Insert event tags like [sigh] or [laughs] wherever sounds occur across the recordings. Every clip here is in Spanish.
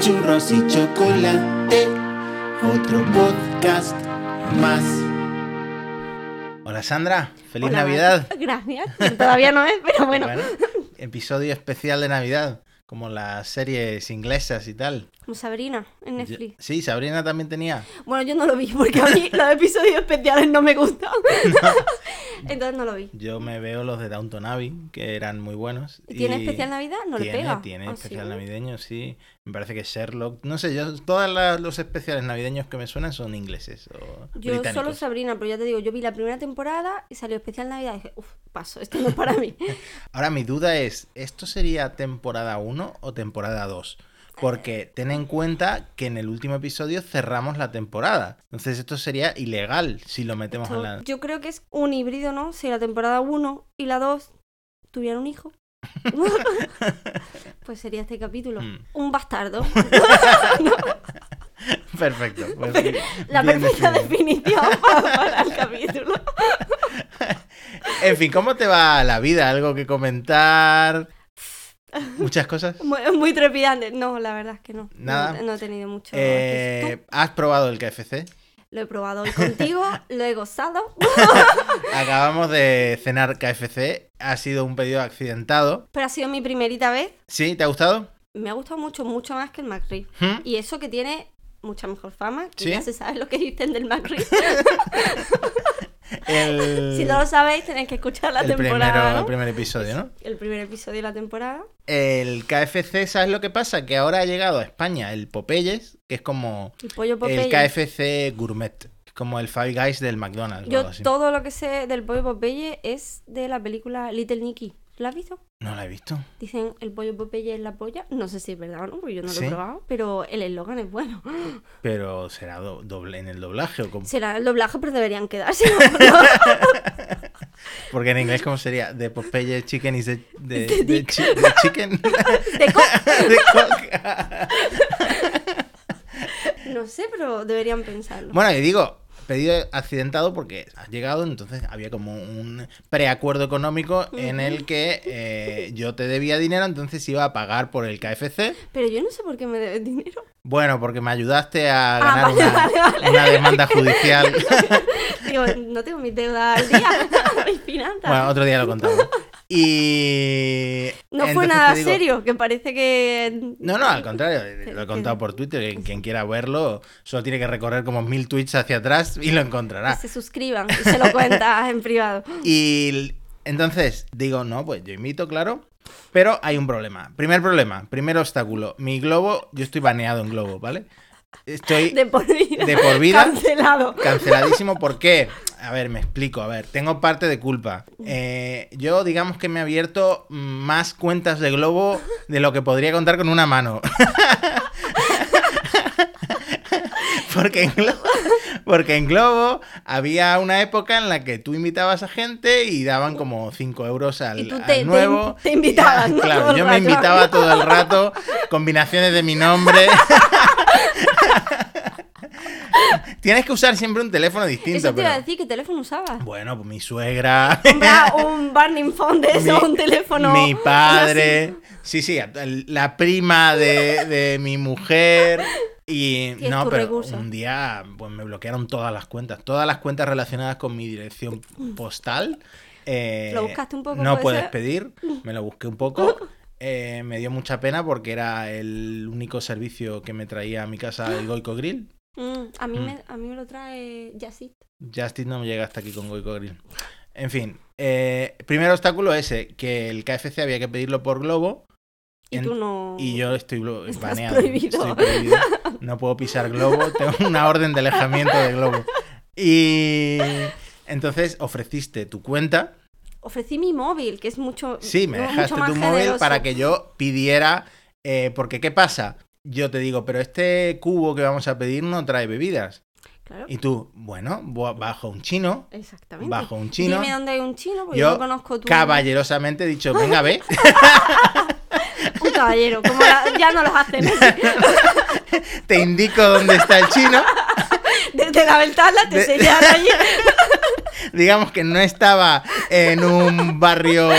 churros y chocolate. Otro podcast más. Hola Sandra, feliz Hola, Navidad. [laughs] Gracias. que Todavía no es, pero bueno. Bueno, episodio especial de Navidad, como las series inglesas y tal. Como Sabrina en Yo- Netflix. sí, Sabrina también tenía. Bueno, yo no lo vi porque a [laughs] mí los episodios especiales no me gustan. Entonces no lo vi. Yo me veo los de Downton Abbey, que eran muy buenos. ¿Tiene y- especial Navidad? No tiene, le pega. Tiene ¿Ah, especial sí? navideño, sí. Me parece que Sherlock. No sé, yo todos la- los especiales navideños que me suenan son ingleses o Yo británicos. solo Sabrina, pero ya te digo, yo vi la primera temporada y salió especial Navidad y dije, uff, paso, esto no es para [laughs] mí. Ahora mi duda es, ¿esto sería temporada 1 o temporada 2? Porque ten en cuenta que en el último episodio cerramos la temporada. Entonces esto sería ilegal si lo metemos Esto- en la... Yo creo que es un híbrido, ¿no? Si la temporada 1 y la 2 tuvieran [laughs] un hijo. [laughs] pues sería este capítulo. Mm. [laughs] Un bastardo. [laughs] Perfecto. pues sí, [laughs] La bien perfecta definido. [laughs] definición para, para el capítulo. En fin, ¿cómo te va la vida? ¿Algo que [laughs] comentar? Muchas cosas. Muy, muy trepidante. No, la verdad es que no. Nada. No, no he tenido mucho. Eh, ¿Has probado el [laughs] KFC? Lo he probado hoy [laughs] contigo, lo he gozado. Acabamos de cenar KFC. Ha sido un pedido accidentado. Pero ha sido mi primerita vez. ¿Sí? ¿Te ha gustado? [laughs] Me ha gustado mucho, mucho más que el McRib. ¿Mm? Y eso que tiene mucha mejor fama. que ¿Sí? Ya se sabe lo que dicen [laughs] del McRib. [laughs] El- si no lo sabéis, tenéis que escuchar la el temporada. primero- ¿no? el primer episodio, ¿no? El primer episodio de la temporada. El KFC, ¿sabes lo que pasa? Que ahora ha llegado a España el Popeyes, que es como El pollo Popeye. el KFC gourmet, como el Five Guys del McDonald's. o Yo algo así. todo lo que sé del pollo Popeye es de la película Little Nicky. ¿La has visto? No la he visto. Dicen el pollo Popeye es la polla. No sé si es verdad o no, porque yo no lo Sí. he probado, pero el eslogan es bueno. [laughs] Pero será do- doble en el doblaje o como... Será el doblaje, pero deberían quedarse. [laughs] ¿no? Porque en inglés, ¿cómo sería? De Popeye Chicken is de, de, De de chi- de chicken. [laughs] De co- De coca. no sé, pero deberían pensarlo. Bueno, y digo, pedido accidentado porque has llegado, entonces había como un preacuerdo económico en el que eh, yo te debía dinero, entonces iba a pagar por el KFC. Pero yo no sé por qué me debes dinero. Bueno, porque me ayudaste a ganar Ah, vale, una, vale, vale. una demanda [laughs] judicial. Digo, no tengo mis deudas al día, [laughs] mis finanzas. bueno, otro día lo contamos. Y... no fue entonces nada te digo, serio, que parece que... No, no, al contrario, lo he que- contado por Twitter, y quien quiera verlo solo tiene que recorrer como mil tweets hacia atrás y lo encontrará. que se suscriban y se lo cuentas en [laughs] privado. Y l- entonces digo, no, pues yo invito, claro. Pero hay un problema. Primer problema, primer obstáculo. Mi globo, yo estoy baneado en globo, ¿vale? Estoy De por vida. De por vida. Cancelado. canceladísimo. ¿Por qué? A ver, me explico. A ver, tengo parte de culpa. Eh, yo, digamos que me he abierto más cuentas de globo de lo que podría contar con una mano. [laughs] Porque en, Globo, porque en Globo había una época en la que tú invitabas a gente y daban como 5 euros al, Y tú al te- te nuevo. in- te [laughs] invitabas, Y, ¿no? Claro, Todo el yo me rato. invitaba [laughs] todo el rato, combinaciones de mi nombre. Tienes que usar siempre un teléfono distinto. Eso te iba a pero- decir, ¿qué [laughs] teléfono usabas? Bueno, pues mi suegra. Compra un burning phone de eso, mi- un teléfono... Mi no sé. padre. Sí, sí, a- el- la prima de, de mi mujer. Y Sí, es no, tu pero recurso. un día pues, me bloquearon todas las cuentas. Todas las cuentas relacionadas con mi dirección postal. Eh, ¿Lo buscaste un poco, No puede puedes ser? pedir. Me lo busqué un [laughs] poco. Eh, me dio mucha pena porque era el único servicio que me traía a mi casa el Goico Grill. Mm, a, mí Mm. me, a mí me lo trae Yacit. Justin no me llega hasta aquí con Goico Grill. En fin, eh, primer obstáculo ese, que el KFC había que pedirlo por globo. Y En- tú no... Y yo estoy blo- Estás baneado. prohibido. estoy prohibido. No puedo pisar globo. Tengo una orden de alejamiento de globo. Y entonces ofreciste tu cuenta. Ofrecí mi móvil, que es mucho. Sí, me mucho dejaste más tu móvil generoso. para que yo pidiera. eh, porque, ¿qué pasa? Yo te digo, pero este cubo que vamos a pedir no trae bebidas. Claro, Y tú, bueno, bo- bajo un chino. exactamente. Bajo un chino. Dime dónde hay un chino, porque Yo, Pues yo, no conozco tu. Caballerosamente he dicho, venga, ve. Un caballero, como la- ya no [laughs] los hacen. [laughs] Te indico dónde está el chino. Desde la ventana te De- sellan [laughs] allí. digamos que no estaba en un barrio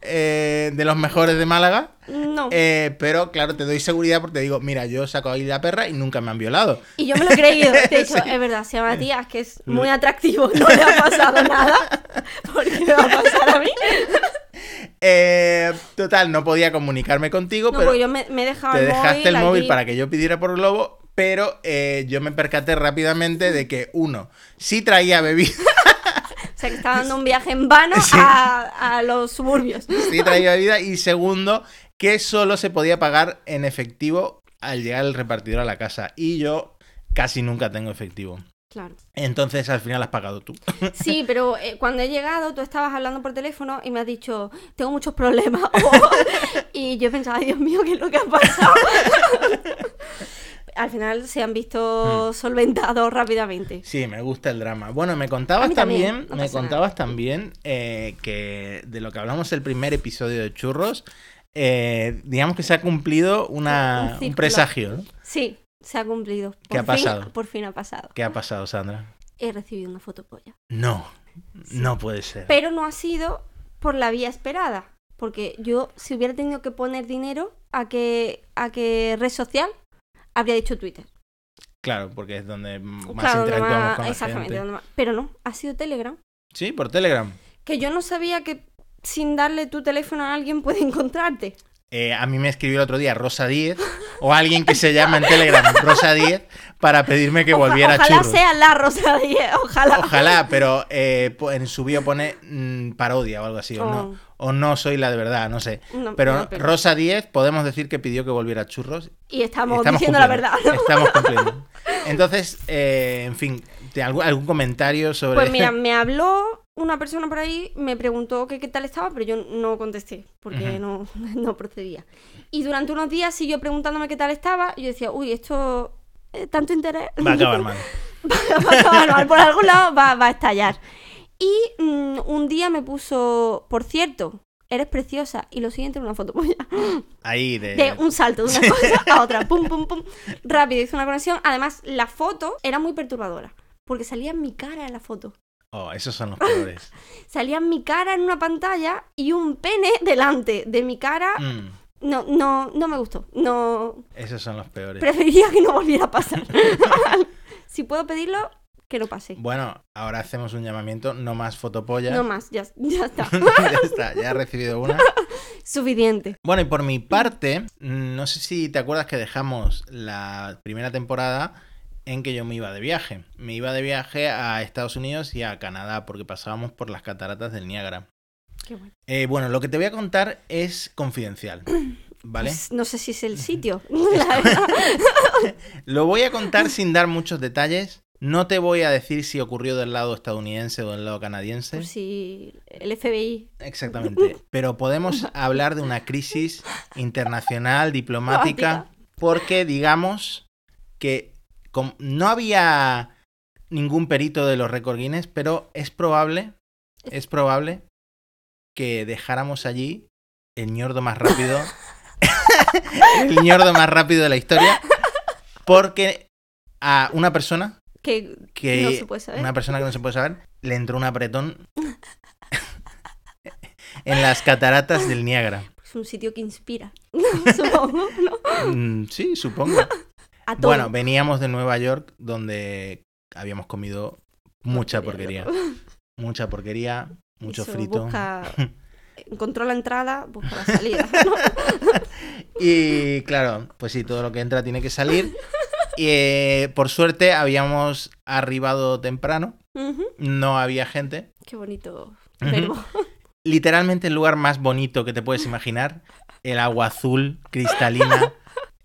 eh, de los mejores de Málaga. Mm, No. Eh, pero claro, te doy seguridad porque te digo, mira, yo saco ahí la perra y nunca me han violado. Y yo me lo he creído. [laughs] Te he dicho, es verdad, si a Matías, que es muy atractivo, no le ha [laughs] pasado nada, porque me va a pasar a mí. Eh, total, no podía comunicarme contigo, No, pero porque yo me, me he dejado te el móvil. dejaste el aquí. móvil para que yo pidiera por globo. Pero eh, yo me percaté rápidamente de que, uno, sí traía bebida, O sea, que está dando [laughs] un viaje en vano Sí. a, a los suburbios. sí traía bebida, y segundo, que solo se podía pagar en efectivo al llegar el repartidor a la casa. Y yo casi nunca tengo efectivo. [laughs] Claro. Entonces al final has pagado tú. Sí, pero eh, cuando he llegado, tú estabas hablando por teléfono y me has dicho, tengo muchos [laughs] problemas. [laughs] o- y yo pensaba, Dios mío, ¿qué es lo que ha [laughs] pasado? Al final se han Mm. visto solventados rápidamente. Sí, me gusta el drama. Bueno, me A contabas mí también, también, no me pasa nada. contabas también eh, que de lo que hablamos el primer episodio de Churros, eh, digamos que se ha cumplido Un una, un, círculo. presagio. ¿no? Sí, se ha cumplido. ¿Qué ha Por fin- pasado? Por fin ha pasado. ¿Qué ha pasado, Sandra? He recibido una fotopolla. No, no puede ser. Pero no ha sido por la vía esperada. Porque yo, si hubiera tenido que poner dinero a que, a que red social, habría dicho Twitter. Claro, porque es donde más Claro, donde interactuamos más- con la exactamente, gente. donde más- Pero no, ha sido Telegram. Sí, por Telegram. Que yo no sabía que sin darle tu teléfono a alguien puede encontrarte. Eh, a mí me escribió el otro día Rosa 10 o alguien que se llama en Telegram Rosa 10 para pedirme que Oja- volviera a ojalá Churros. sea la Rosa Díez, [laughs] ojalá. Ojalá, pero eh, po- en su bio pone mm, parodia o algo así, o, Oh. no, o no soy la de verdad, no sé. No, Pero no, pero- Rosa 10 podemos decir que pidió que volviera a churros. Y estamos, Estamos diciendo la cumpliendo, verdad. [laughs] ¿no? Estamos cumpliendo. Entonces, eh, en fin, ¿te- algún, algún comentario sobre... Pues [laughs] mira, me habló una persona por ahí, me preguntó que qué tal estaba, pero yo no contesté, porque Ujú. no, [laughs] no procedía. Y durante unos días siguió preguntándome qué tal estaba, y yo decía, uy, esto, eh, tanto interés. Va a [laughs] acabar mal. va a [laughs] acabar mal, por algún lado va, va a estallar. Y mm, un día me puso, por cierto, eres preciosa, y lo siguiente era una foto polla. Ahí de... De un salto de una cosa [laughs] a otra, pum, pum, pum. Rápido, hice una conexión. Además, la foto era muy perturbadora, porque salía mi cara en la foto. Oh, esos son los peores. salía mi cara en una pantalla y un pene delante de mi cara. Mm, No, no, no me gustó. No, esos son los peores. preferiría que no volviera a pasar. [laughs] si puedo pedirlo, que no pase. Bueno, ahora hacemos un llamamiento, no más fotopollas. [laughs] No más, ya, ya está. ya está, ya he recibido una. Suficiente. Bueno, y por mi parte, mm, no sé si te acuerdas que dejamos la primera temporada en que yo me iba de viaje. Me iba de viaje a Estados Unidos y a Canadá porque pasábamos por las cataratas del Niágara. Qué bueno. Eh, bueno, lo que te voy a contar es [clears throat] confidencial, ¿vale? Pues no sé si es [laughs] el sitio. la verdad. Lo voy a [laughs] contar sin dar muchos detalles. No te voy a decir si ocurrió del lado estadounidense o del lado canadiense. Por si el FBI. Exactamente. Pero podemos hablar de una crisis internacional, diplomática, porque digamos que com- no había ningún perito de los récord Guinness, pero es probable, es probable que dejáramos allí el ñordo más rápido, [laughs] el ñordo más rápido de la historia, porque a una persona Que que No se puede saber. una persona que no se puede saber le entró un apretón en las cataratas del Niágara. es un sitio que inspira. [laughs] Supongo, ¿no? Mm, sí, [laughs] supongo. A todo. Bueno, veníamos de Nueva York donde habíamos comido mucha porquería. Mucha porquería, mucho Eso, frito. [laughs] Busca... Encontró la entrada, busca la salida. ¿no? Y claro, pues sí, todo lo que entra tiene que salir. Y, eh, por suerte habíamos arribado temprano, Ujú. no había gente. Qué bonito Ujú. verbo. literalmente el lugar más bonito que te puedes imaginar. El agua azul, cristalina,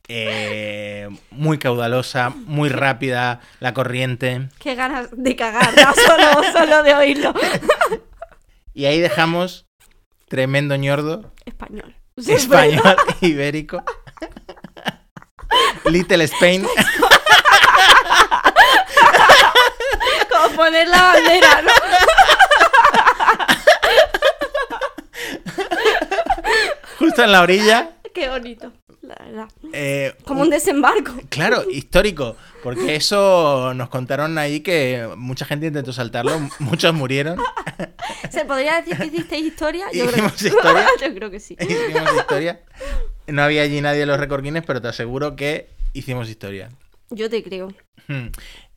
eh, muy caudalosa, muy rápida, la corriente. Qué ganas de cagar, no [laughs] solo, solo de oírlo. Y ahí dejamos tremendo ñordo Español. español [laughs] ibérico. Little Spain. Como poner la bandera, ¿no? [laughs] Justo en la orilla. Qué bonito, la verdad. eh, Como un desembarco. Claro, histórico, porque eso nos contaron ahí que mucha gente intentó saltarlo, muchos murieron. ¿Se podría decir que hicisteis historia? Yo [laughs] creo Hicimos que, [laughs] historia. [laughs] Yo creo que sí. hicimos historia. No había allí nadie en los recorquines, pero te aseguro que hicimos historia. Yo te creo. Hmm.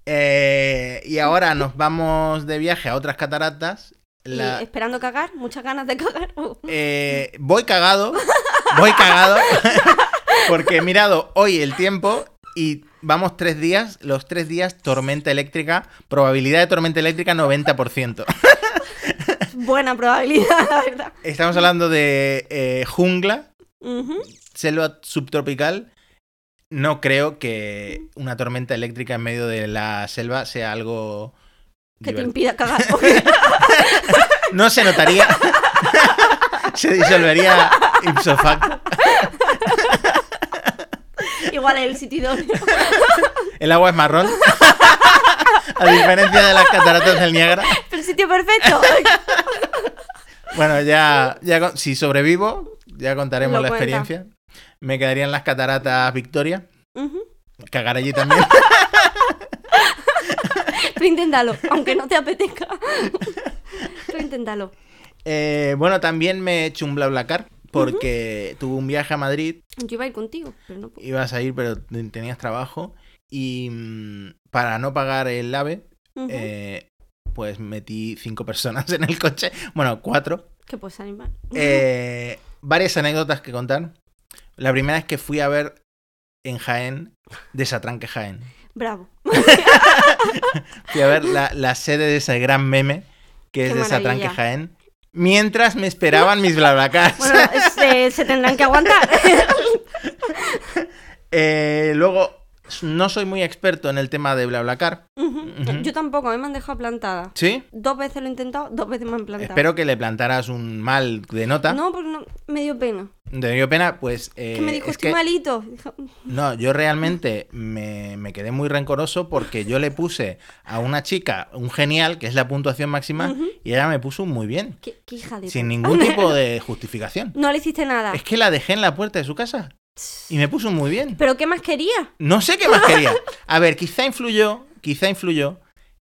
Eh, y ahora nos vamos de viaje a otras cataratas. La- Y esperando cagar, muchas ganas de cagar. [laughs] Uh. eh, voy cagado, voy cagado, [laughs] porque he mirado hoy el tiempo y vamos tres días, los tres días tormenta eléctrica, probabilidad de tormenta eléctrica 90%. Buena probabilidad, [laughs] la verdad. Estamos hablando de eh, jungla, Ujú. selva subtropical. No creo que una tormenta eléctrica en medio de la selva sea algo... Que te divertido. [laughs] impida cagar. No se [laughs] notaría. se disolvería ipso facto. Igual es el sitio idóneo. El agua es marrón. [laughs] A diferencia de las cataratas del Niágara. [laughs] El sitio perfecto. Bueno, ya, ya con- si sobrevivo, ya contaremos Lo la cuenta. experiencia. Me quedarían las cataratas Victoria. Ujú. Cagar allí [laughs] también. Tú inténtalo, aunque no te apetezca. [laughs] Tú inténtalo. Eh, bueno, también me he hecho un BlaBlaCar porque tuve un viaje a Madrid Yo iba a ir contigo, pero no puedo. ibas a ir, pero ten- tenías trabajo. Y mm, para no pagar el AVE, Ujú. eh, pues metí cinco personas [laughs] en el coche. Bueno, cuatro. Que puedes animar. Eh, varias anécdotas que contar. La primera es que fui a ver en Jaén, Desatranque Jaén. Bravo. Fui a ver la, la sede de ese gran meme que es Qué Desatranque maravilla. Jaén. Mientras me esperaban mis blablacars. Bueno, se, se tendrán que aguantar. [laughs] Eh, luego, no soy muy experto en el tema de BlaBlaCar. Ujú. Ujú. Yo tampoco, a mí me han dejado plantada. ¿Sí? Dos veces lo he intentado, dos veces me han plantado. Espero que le plantaras un mal de nota. No, porque no, me dio pena. Te dio pena, pues. eh, que me dijo, es este estoy que- malito. Dijo, No, yo realmente me, me quedé muy rencoroso porque yo le puse a una chica un genial, que es la puntuación máxima, y ella me puso un muy bien, ¿Qué, qué hija de sin puta". ningún [laughs] tipo de justificación. No le hiciste nada. Es que la dejé en la puerta de su casa y me puso un muy bien. ¿Pero qué más [laughs] quería? No sé qué más quería. A ver, quizá influyó, quizá influyó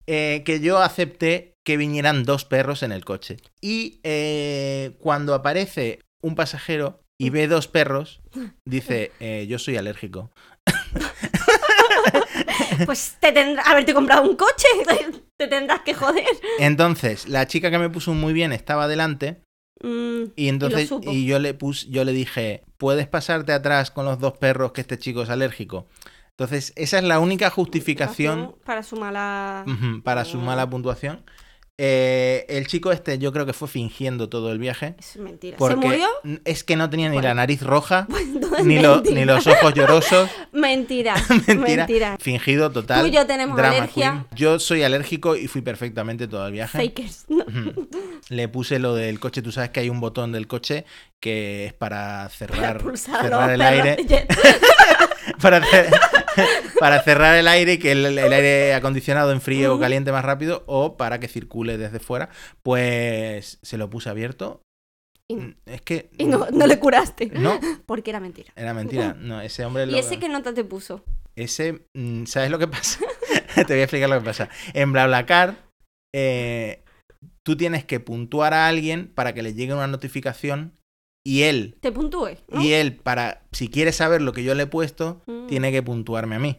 eh, que yo acepté que vinieran dos perros en el coche. Y eh, cuando aparece un pasajero y ve dos perros, dice, eh, yo soy alérgico. Pues te tendrás... Haberte comprado un coche. [laughs] Te tendrás que joder. Entonces, la chica que me puso un muy bien estaba delante Mm, y entonces supo. y yo le pus- yo le dije, "¿Puedes pasarte atrás con los dos perros que este chico es alérgico?" Entonces, esa es la única justificación Mm. Para su mala... Ujú, para su mala puntuación. Eh, el chico este yo creo que fue fingiendo todo el viaje. Es mentira. Porque ¿Se murió? [laughs] n- Es que no tenía ni la Bueno. Pues nariz [laughs] roja, Entonces, ni, lo- mentira. ni los ojos [laughs] llorosos. Mentira. [laughs] Mentira. mentira. Fingido total. Tú y yo tenemos drama alergia. queen. Yo soy alérgico y fui perfectamente todo el viaje. Fakers. No. Ujú. Le puse lo del coche. Tú sabes que hay un botón del coche que es para [laughs] cerrar, Pulsar cerrar los el perros aire. de Jet. para, hacer- [laughs] para cerrar el aire y que el, el aire acondicionado enfríe o Ujú. caliente más rápido o para que circule desde fuera, pues se lo puse abierto. Y no. Mm, Es que... Y no, no le curaste. [laughs] No, [laughs] Porque era mentira. era mentira. No, ese hombre ¿Y lo- ese qué nota te puso? ese, mm, ¿Sabes lo que pasa? [laughs] Te voy a explicar lo que pasa. En BlaBlaCar, eh, tú tienes que puntuar a alguien para que le llegue una notificación y él, Te puntúe. ¿no? y él, para, si quiere saber lo que yo le he puesto, Mm. [laughs] tiene que puntuarme a mí.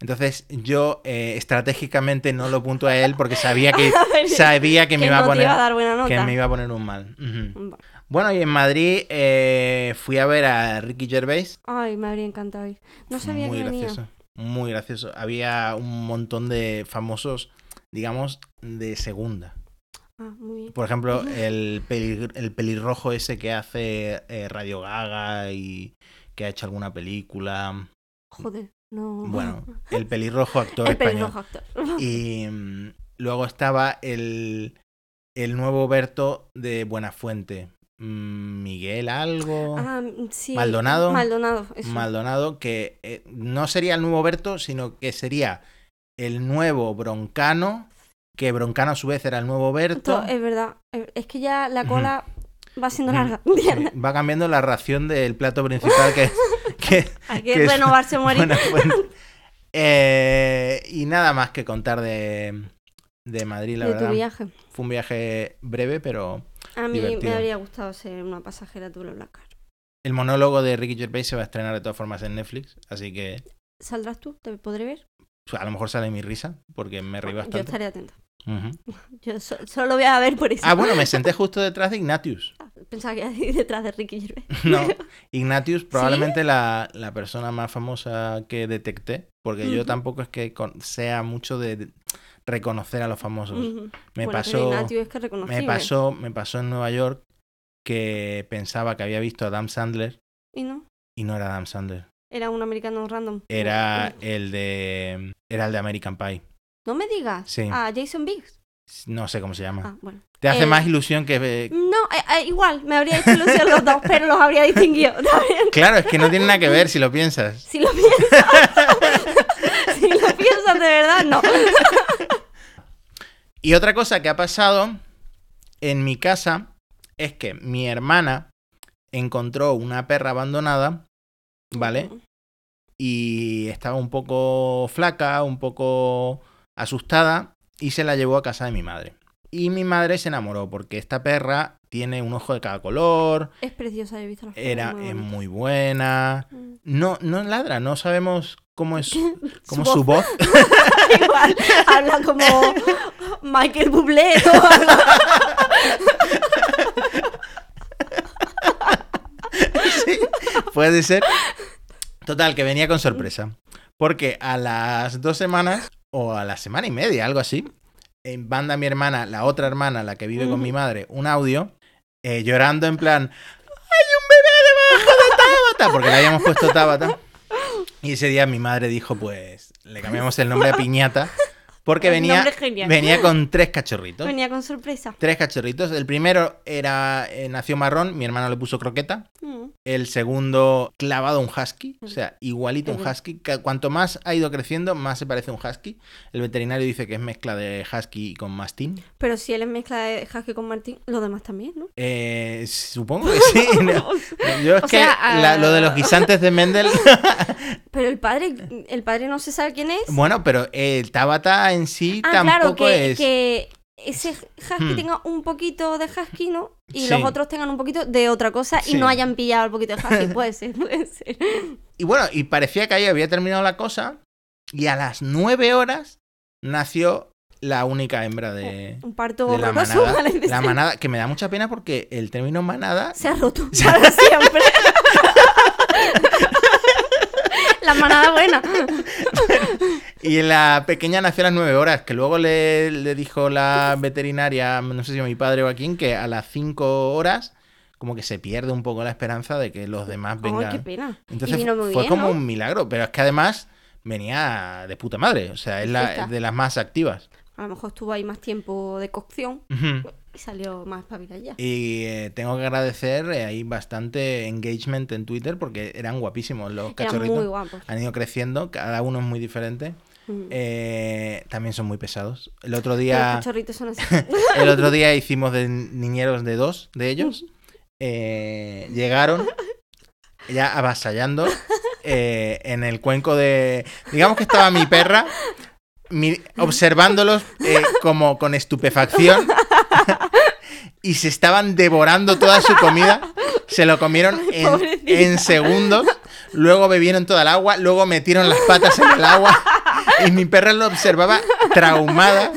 Entonces yo eh, estratégicamente no lo punto a él porque sabía [laughs] que A ver, sabía que me que iba a no te poner iba a dar buena nota. que me iba a poner un mal. Ujú. Va. Bueno y en Madrid eh, fui a ver a Ricky Gervais. Ay, me habría encantado ir. No sabía muy que venía. gracioso, muy gracioso. Había un montón de famosos, digamos, de segunda. Ah, muy bien. Por ejemplo, el, peli- el pelirrojo ese que hace eh, Radio Gaga y que ha hecho alguna película. Joder, no. [laughs] Bueno, el pelirrojo actor el español. pelirrojo actor. Y mm, luego estaba el, el nuevo Berto de Buenafuente. Mm, Miguel algo. [laughs] Ah, sí. Maldonado. Maldonado, eso. Maldonado, que eh, no sería el nuevo Berto, sino que sería el nuevo Broncano, que Broncano a su vez era el nuevo Berto. To- Es verdad. Eh, Es que ya la Ujú. cola va siendo Ujú. larga. [laughs] Sí, Va cambiando la ración del plato principal que, [laughs] que, Hay que que es- [laughs] renovarse, morir. Buenafuente. Eh, y nada más que contar de, de Madrid, la de tu verdad. viaje. Fue un viaje breve, pero A mí Divertido. me habría gustado ser una pasajera de BlaBlaCar. El monólogo de Ricky Gervais se va a estrenar de todas formas en Netflix, así que ¿Saldrás tú? ¿Te podré ver? pues, a lo mejor sale mi risa, porque me reí Yo bastante. estaré atenta. Ujú. Yo so- solo lo voy a ver por eso. Ah, bueno, me senté justo detrás de Ignatius. [laughs] Pensaba que era así detrás de Ricky Gervais. No, Ignatius probablemente la, la persona más famosa que detecté, porque yo Ujú. tampoco es que con- sea mucho de de reconocer a los famosos. Ujú. Pues, Me Mm, Bueno, pasó... Reina, tío, es que es reconocible. Me pasó, me pasó en Nueva York que pensaba que había visto a Adam Sandler Y no, y no era Adam Sandler. era un americano random. Era el de era el de American Pie. No me digas. Sí. Ah, Jason Biggs. No sé cómo se llama. Ah, bueno. Te hace eh, más ilusión que No, eh, eh, igual, me habría hecho ilusión los dos, pero los habría distinguido. [laughs] también. Claro, es que no tiene nada que ver si lo piensas. Si lo piensas. [laughs] si lo piensas de verdad, no. Y otra cosa que ha pasado en mi casa es que mi hermana encontró una perra abandonada, ¿vale? y estaba un poco flaca, un poco asustada y se la llevó a casa de mi madre. Y mi madre se enamoró porque esta perra tiene un ojo de cada color, Es preciosa, he visto las fotos, era em, muy es bonita. muy buena. Mm. No no ladra, no sabemos cómo es cómo es [laughs] su voz. [laughs] Igual, habla como Michael Bublé. [laughs] ¿no? Habla- [laughs] Sí, puede ser. Total, que venía con sorpresa. Porque a las dos semanas, o a la semana y media, algo así, eh, manda mi hermana, la otra hermana, la que vive con mi madre, un audio eh, llorando en plan: ¡Hay un bebé debajo de Tabata! Porque le habíamos puesto Tabata. Y ese día mi madre dijo: Pues le cambiamos el nombre a Piñata. Porque El venía, nombre es genial. venía con tres cachorritos. Venía con sorpresa. Tres cachorritos. El primero era eh, nació marrón, mi hermana le puso croqueta. Mm. El segundo, clavado a un husky, o sea, igualito a un Ujú. husky. Ca- Cuanto más ha ido creciendo, más se parece a un husky. El veterinario dice que es mezcla de husky con mastín. Pero si él es mezcla de Husky con Martín, los demás también, ¿no? Eh, supongo que sí. ¿no? Yo es [laughs] O que sea, la- ah. lo de los guisantes de [laughs] Mendel. [laughs] Pero el padre, el padre no se sabe quién es. bueno, pero el Tabata en sí ah, claro, tampoco que, es. que ese husky Hmm. tenga un poquito de husky, ¿no? Y Sí. los otros tengan un poquito de otra cosa y Sí. no hayan pillado el poquito de husky. [laughs] Puede ser, puede ser. Y bueno, y parecía que ahí había terminado la cosa. Y a las nueve horas nació la única hembra de. Un parto de la Oh, [laughs] horroroso, manada, vale, la manada, que me da mucha pena porque el término manada Se ha [laughs] roto para siempre. la manada buena. Y la pequeña nació a las 9 horas, que luego le, le dijo la veterinaria, no sé si a mi padre o a quién, que a las 5 horas como que se pierde un poco la esperanza de que los demás Ay, qué vengan. pena. Entonces y vino muy fue bien, como ¿no? un milagro, pero es que además venía de puta madre, o sea, es la, Perfecta. de las más activas. A lo mejor estuvo ahí más tiempo de cocción Ujú. y salió más espabilada ya. Y eh, tengo que agradecer, eh, hay bastante engagement en Twitter porque eran guapísimos los Eran muy cachorritos. guapos. Han ido creciendo, cada uno es muy diferente. Mm. Eh, también son muy pesados. El otro Pero día... Los cachorritos son así. [laughs] El otro día hicimos de niñeros de dos de ellos. Eh, llegaron ya [laughs] avasallando eh, en el cuenco de... Digamos que estaba mi perra mi- observándolos eh, como con [laughs] estupefacción y se estaban devorando toda su comida. Se lo comieron en, pobrecita. en segundos, luego bebieron toda el agua, luego metieron las patas en el agua y mi perra lo observaba traumada.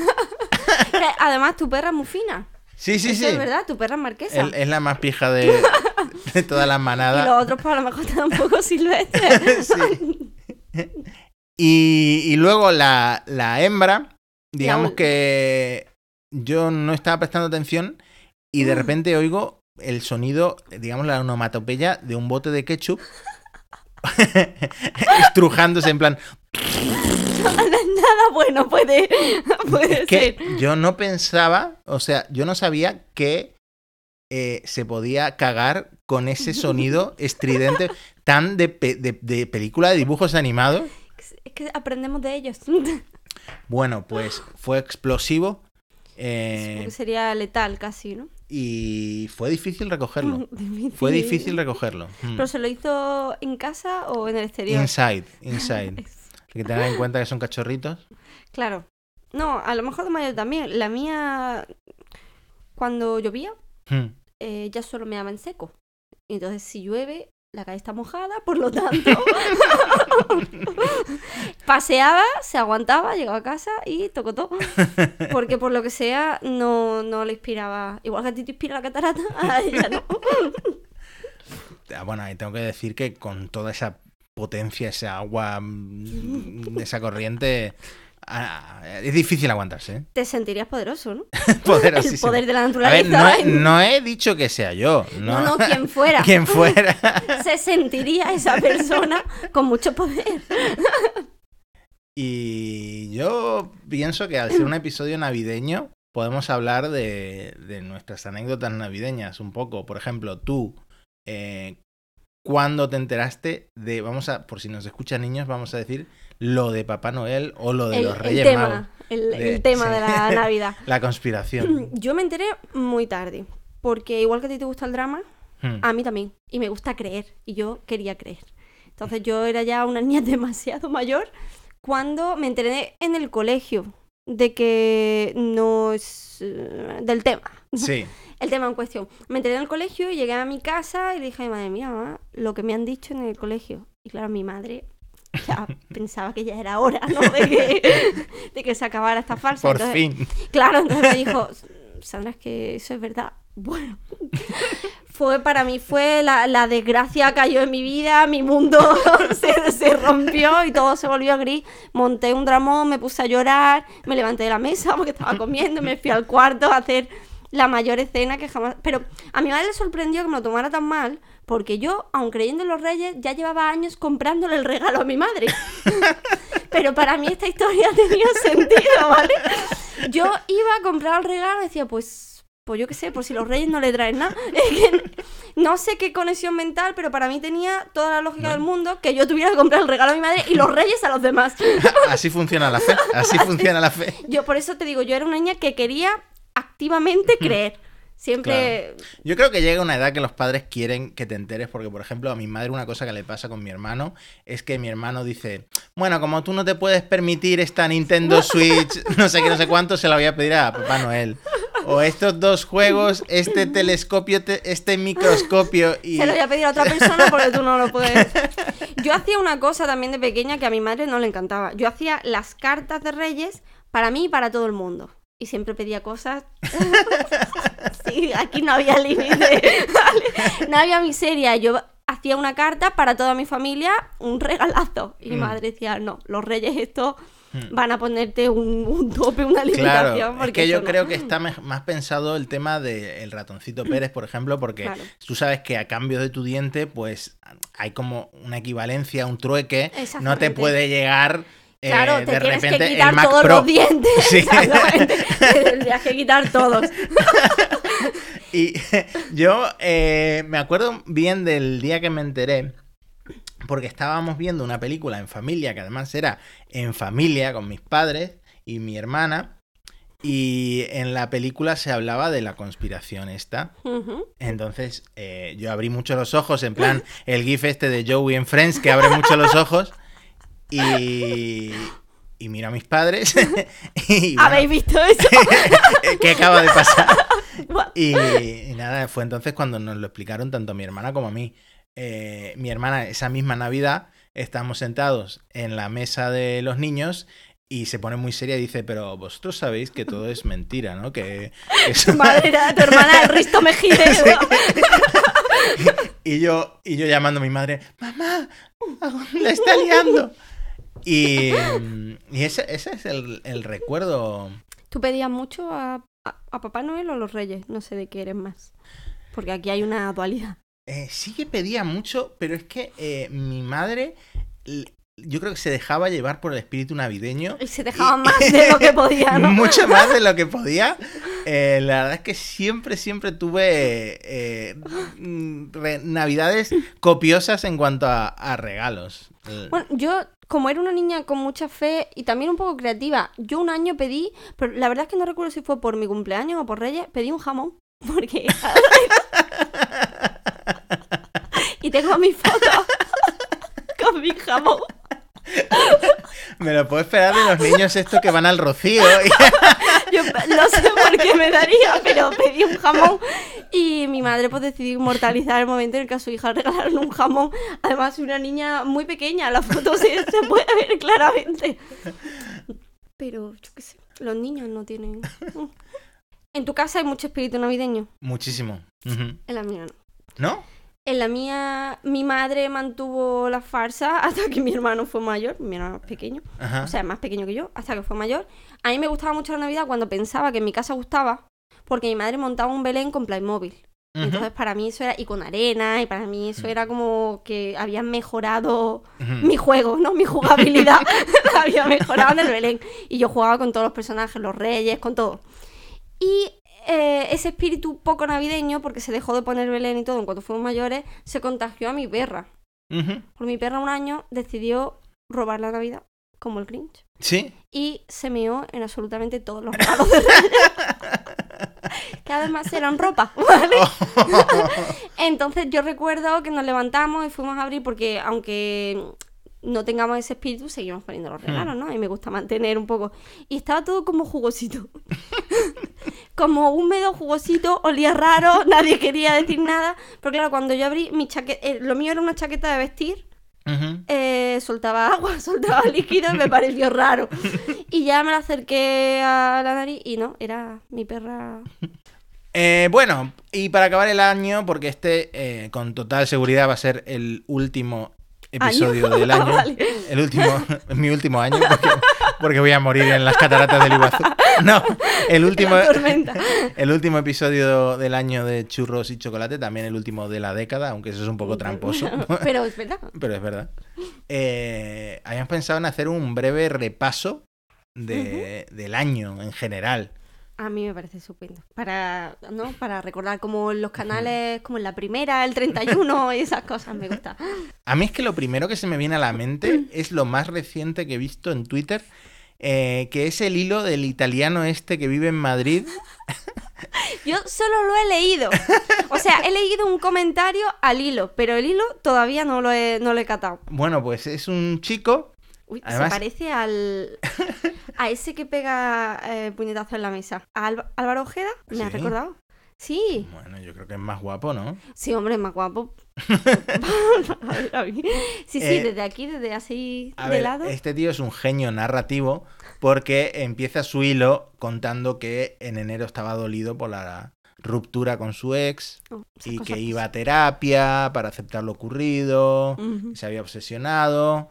Que Además, tu perra es muy fina. Sí, sí, Eso sí. Es verdad, tu perra es marquesa. El- es la más pija [laughs] de, de toda la [laughs] Y los manada. otros, pues, a lo mejor están [laughs] un poco silvestres. Sí. Y, y luego la, la hembra, digamos ul- que yo no estaba prestando atención y Mm. de repente oigo el sonido, digamos la onomatopeya de un bote de [laughs] ketchup [laughs] estrujándose en plan. Nada bueno puede, puede Es que ser. yo no pensaba, o sea, yo no sabía que eh, se podía cagar con ese [laughs] sonido estridente tan de, pe- de- de película de dibujos animados. Es que aprendemos de ellos. Eh, Bueno, pues fue explosivo Supongo eh, que sería letal casi, ¿no? y fue difícil Mm, recogerlo. [laughs] Difícil. Fue difícil recogerlo. Mm. ¿Pero se lo hizo en casa o en el exterior? Inside, [laughs] inside. Es- Hay que tener en cuenta que son cachorritos. Claro. No, a lo mejor de mayor también. La mía, cuando llovía, Mm. eh, ya solo me daba en seco. Y Entonces, si llueve, la calle está mojada, por [laughs] lo tanto. Paseaba, se aguantaba, llegaba a casa y tocó todo. [laughs] Porque por lo que sea, no, no le inspiraba. Igual que a ti te inspira la catarata, [laughs] a ella no. Ah, Bueno, ahí tengo que decir que con toda esa potencia, esa agua, [laughs] mm, esa corriente, ah, es difícil aguantarse. ¿eh? [laughs] Te sentirías poderoso, ¿no? El Poderosísimo. poder de la A ver, naturaleza. no, ay, he- no he dicho que sea yo. No, no, [laughs] no, quien fuera. Quien fuera. Se sentiría esa persona con mucho poder. Y yo pienso que al ser un episodio navideño, podemos hablar de, de nuestras anécdotas navideñas un poco. Por ejemplo, tú, eh, ¿cuándo te enteraste de, vamos a, por si nos escuchan niños, vamos a decir lo de Papá Noel o lo de El, los el Reyes Magos? tema, el, De- el tema sí. [laughs] de la Navidad. La conspiración. [clears throat] Yo me enteré muy tarde, porque igual que a ti te gusta el drama, Hmm. a mí también, y me gusta creer, y yo quería creer. Entonces yo era ya una [laughs] niña demasiado mayor cuando me enteré en el colegio de que no es eh, del tema, Sí, [laughs] el tema en cuestión. Me enteré en el colegio y llegué a mi casa y le dije a mi madre, mira, mamá, lo que me han dicho en el colegio. Y claro, mi madre ya [laughs] pensaba que ya era hora, ¿no? De que, de que se acabara esta farsa. por Entonces, fin. Claro, entonces me [laughs] dijo, Sandra, es que eso es verdad. Bueno, fue para mí, fue la, la desgracia cayó en mi vida, mi mundo [laughs] se, se rompió y todo se volvió gris. Monté un dramón, me puse a llorar, me levanté de la mesa porque estaba comiendo, me fui al cuarto a hacer la mayor escena que jamás... Pero a mi madre le sorprendió que me lo tomara tan mal porque yo, aun creyendo en los reyes, ya llevaba años comprándole el regalo a mi madre. Pero para mí esta historia tenía sentido, ¿vale? Yo iba a comprar el regalo y decía, pues, pues yo qué sé, por si los reyes no le traen nada. [laughs] Es que no sé qué conexión mental, pero para mí tenía toda la lógica del mundo que yo tuviera que comprar el regalo a mi madre y los reyes a los demás. Así funciona la fe. Así funciona la fe. Yo por eso te digo, yo era una niña que quería activamente creer. Siempre... Yo creo que llega una edad que los padres quieren que te enteres, porque por ejemplo a mi madre una cosa que le pasa con mi hermano es que mi hermano dice, bueno, como tú no te puedes permitir esta [laughs] Nintendo Switch, no sé qué, no sé cuánto, se la voy a pedir a Papá Noel. O estos dos juegos, este telescopio, te- este microscopio y... Se lo voy a pedir a otra persona porque tú no lo [laughs] puedes. Yo hacía una cosa también de pequeña que a mi madre no le encantaba. Yo hacía las cartas de Reyes para mí y para todo el mundo. Y siempre [laughs] pedía cosas. sí, aquí no había límite. ¿vale? No había miseria. Yo hacía una carta para toda mi familia, un regalazo. Y mi Mm. madre decía, no, los Reyes esto Mm. van a ponerte un, un tope, una limitación. Claro, es porque que yo eso no". creo que está mej- más pensado el tema del ratoncito Pérez, por ejemplo, porque Mm. Claro. tú sabes que a cambio de tu diente, pues hay como una equivalencia, un trueque, no te Exactamente. puede llegar eh, Claro, te de tienes repente que quitar el Mac todos Pro. los dientes. [laughs] Sí. [laughs] Exactamente. Te Tendrías que quitar todos. Y [laughs] yo eh, me acuerdo bien del día que me enteré, porque estábamos viendo una película en familia, que además era en familia con mis padres y mi hermana. Y en la película se hablaba de la conspiración esta. Ujú. Entonces, eh, yo abrí mucho los ojos, en plan, el gif este de Joey en Friends, que abre mucho los ojos, y, y miro a mis padres, [laughs] y bueno, ¿Habéis visto eso? [laughs] ¿qué acaba de pasar? Buah. Y, y nada, fue entonces cuando nos lo explicaron tanto a mi hermana como a mí. Eh, mi hermana, esa misma Navidad, estamos sentados en la mesa de los niños y se pone muy seria y dice, pero vosotros sabéis que todo es mentira, ¿no? Que, que Tu eso- [laughs] madre era tu hermana, el Risto Mejide. [laughs] Y yo, y yo llamando a mi madre, mamá, la está liando. Y, mm, y ese, ese es el, el recuerdo. ¿Tú pedías mucho a, a- a Papá Noel o a los Reyes? No sé de qué eres más. Porque aquí hay una dualidad. Eh, sí que pedía mucho, pero es que eh, mi madre, l- yo creo que se dejaba llevar por el espíritu [laughs] navideño. Y Mm. se dejaban más de lo que podían. [laughs] ¿no? Mucho más de lo que podía. Eh, la verdad es que siempre, siempre tuve eh, mm, re- navidades copiosas en cuanto a, a regalos. Eh, Bueno, yo, como era una niña con mucha fe y también un poco creativa, yo un año pedí, pero la verdad es que no recuerdo si fue por mi cumpleaños o por Reyes, pedí un jamón. [laughs] Porque. y tengo mi foto [laughs] con mi jamón. Me lo puedo esperar de los niños estos que van al rocío. y- Yo no sé por qué me daría, pero pedí un jamón Y mi madre pues decidió inmortalizar el momento en el que a su hija le regalaron un jamón. Además, una niña muy pequeña, la foto se, se puede ver claramente. Pero yo qué sé, los niños no tienen... En tu casa hay mucho espíritu navideño, Muchísimo. Ujú. en la mía no. ¿No? En la mía, mi madre mantuvo la farsa hasta que mi hermano fue mayor, mi hermano más pequeño, Ajá. o sea, más pequeño que yo, hasta que fue mayor. A mí me gustaba mucho la Navidad cuando pensaba que en mi casa gustaba, porque mi madre montaba un Belén con Playmobil. Ujú. Entonces para mí eso era, y con arena, y para mí eso Ujú. era como que habían mejorado Ujú. mi juego, ¿no? Mi jugabilidad [laughs] la había mejorado en el Belén. Y yo jugaba con todos los personajes, los reyes, con todo. Y eh, ese espíritu poco navideño, porque se dejó de poner Belén y todo en cuanto fuimos mayores, se contagió a mi perra. Ujú. Por mi perra un año decidió robar la Navidad, como el Grinch. Sí. Y se meó en absolutamente todos los regalos de Reyes. [laughs] que además eran ropa, [laughs] ¿vale? Entonces yo recuerdo que nos levantamos y fuimos a abrir porque aunque no tengamos ese espíritu, seguimos poniendo los regalos, ¿no? Y me gusta mantener un poco. Y estaba todo como jugosito. [laughs] como húmedo, jugosito, olía raro, nadie quería decir nada. Pero claro, cuando yo abrí mi chaqueta, lo mío era una chaqueta de vestir, Ujú. eh, soltaba agua, [laughs] soltaba líquido y me pareció raro. Y ya me la acerqué a la nariz y no, era mi perra Eh, bueno, y para acabar el año, porque este eh, con total seguridad va a ser el último episodio [laughs] ¿Año? del Ah, año. vale. El último, [laughs] mi último año, porque, porque voy a morir en las cataratas del Iguazú. No, el último, la [laughs] tormenta. el último episodio del año de churros y chocolate, también el último de la década, aunque eso es un poco [laughs] tramposo. Pero es verdad. Pero es verdad. Eh, habíamos pensado en hacer un breve repaso de- del año en general. A mí me parece estupendo. Para, ¿no? Para recordar como los canales, como en la primera, [laughs] el 31 y esas cosas, me gusta. A mí es que lo primero que se me viene a la [clears throat] mente es lo más reciente que he visto en Twitter, eh, que es el hilo del italiano este que vive en Madrid. Yo solo lo he leído. O sea, he leído un comentario al hilo, pero el hilo todavía no lo he, no lo he catado. Bueno, pues es un chico. Uy, Además- se [laughs] parece al a ese que pega eh, puñetazo en la mesa. ¿A Alba- Álvaro Ojeda? ¿Me has Sí. recordado? Sí. Bueno, yo creo que es más guapo, ¿no? Sí, hombre, más [laughs] guapo. [laughs] sí, sí, Eh, desde aquí, desde así A de ver, lado. este tío es un genio narrativo porque empieza su hilo contando que en enero estaba dolido por la ruptura con su ex Oh, esas y cosas que pasan. iba a terapia para aceptar lo ocurrido. Ujú. se había obsesionado.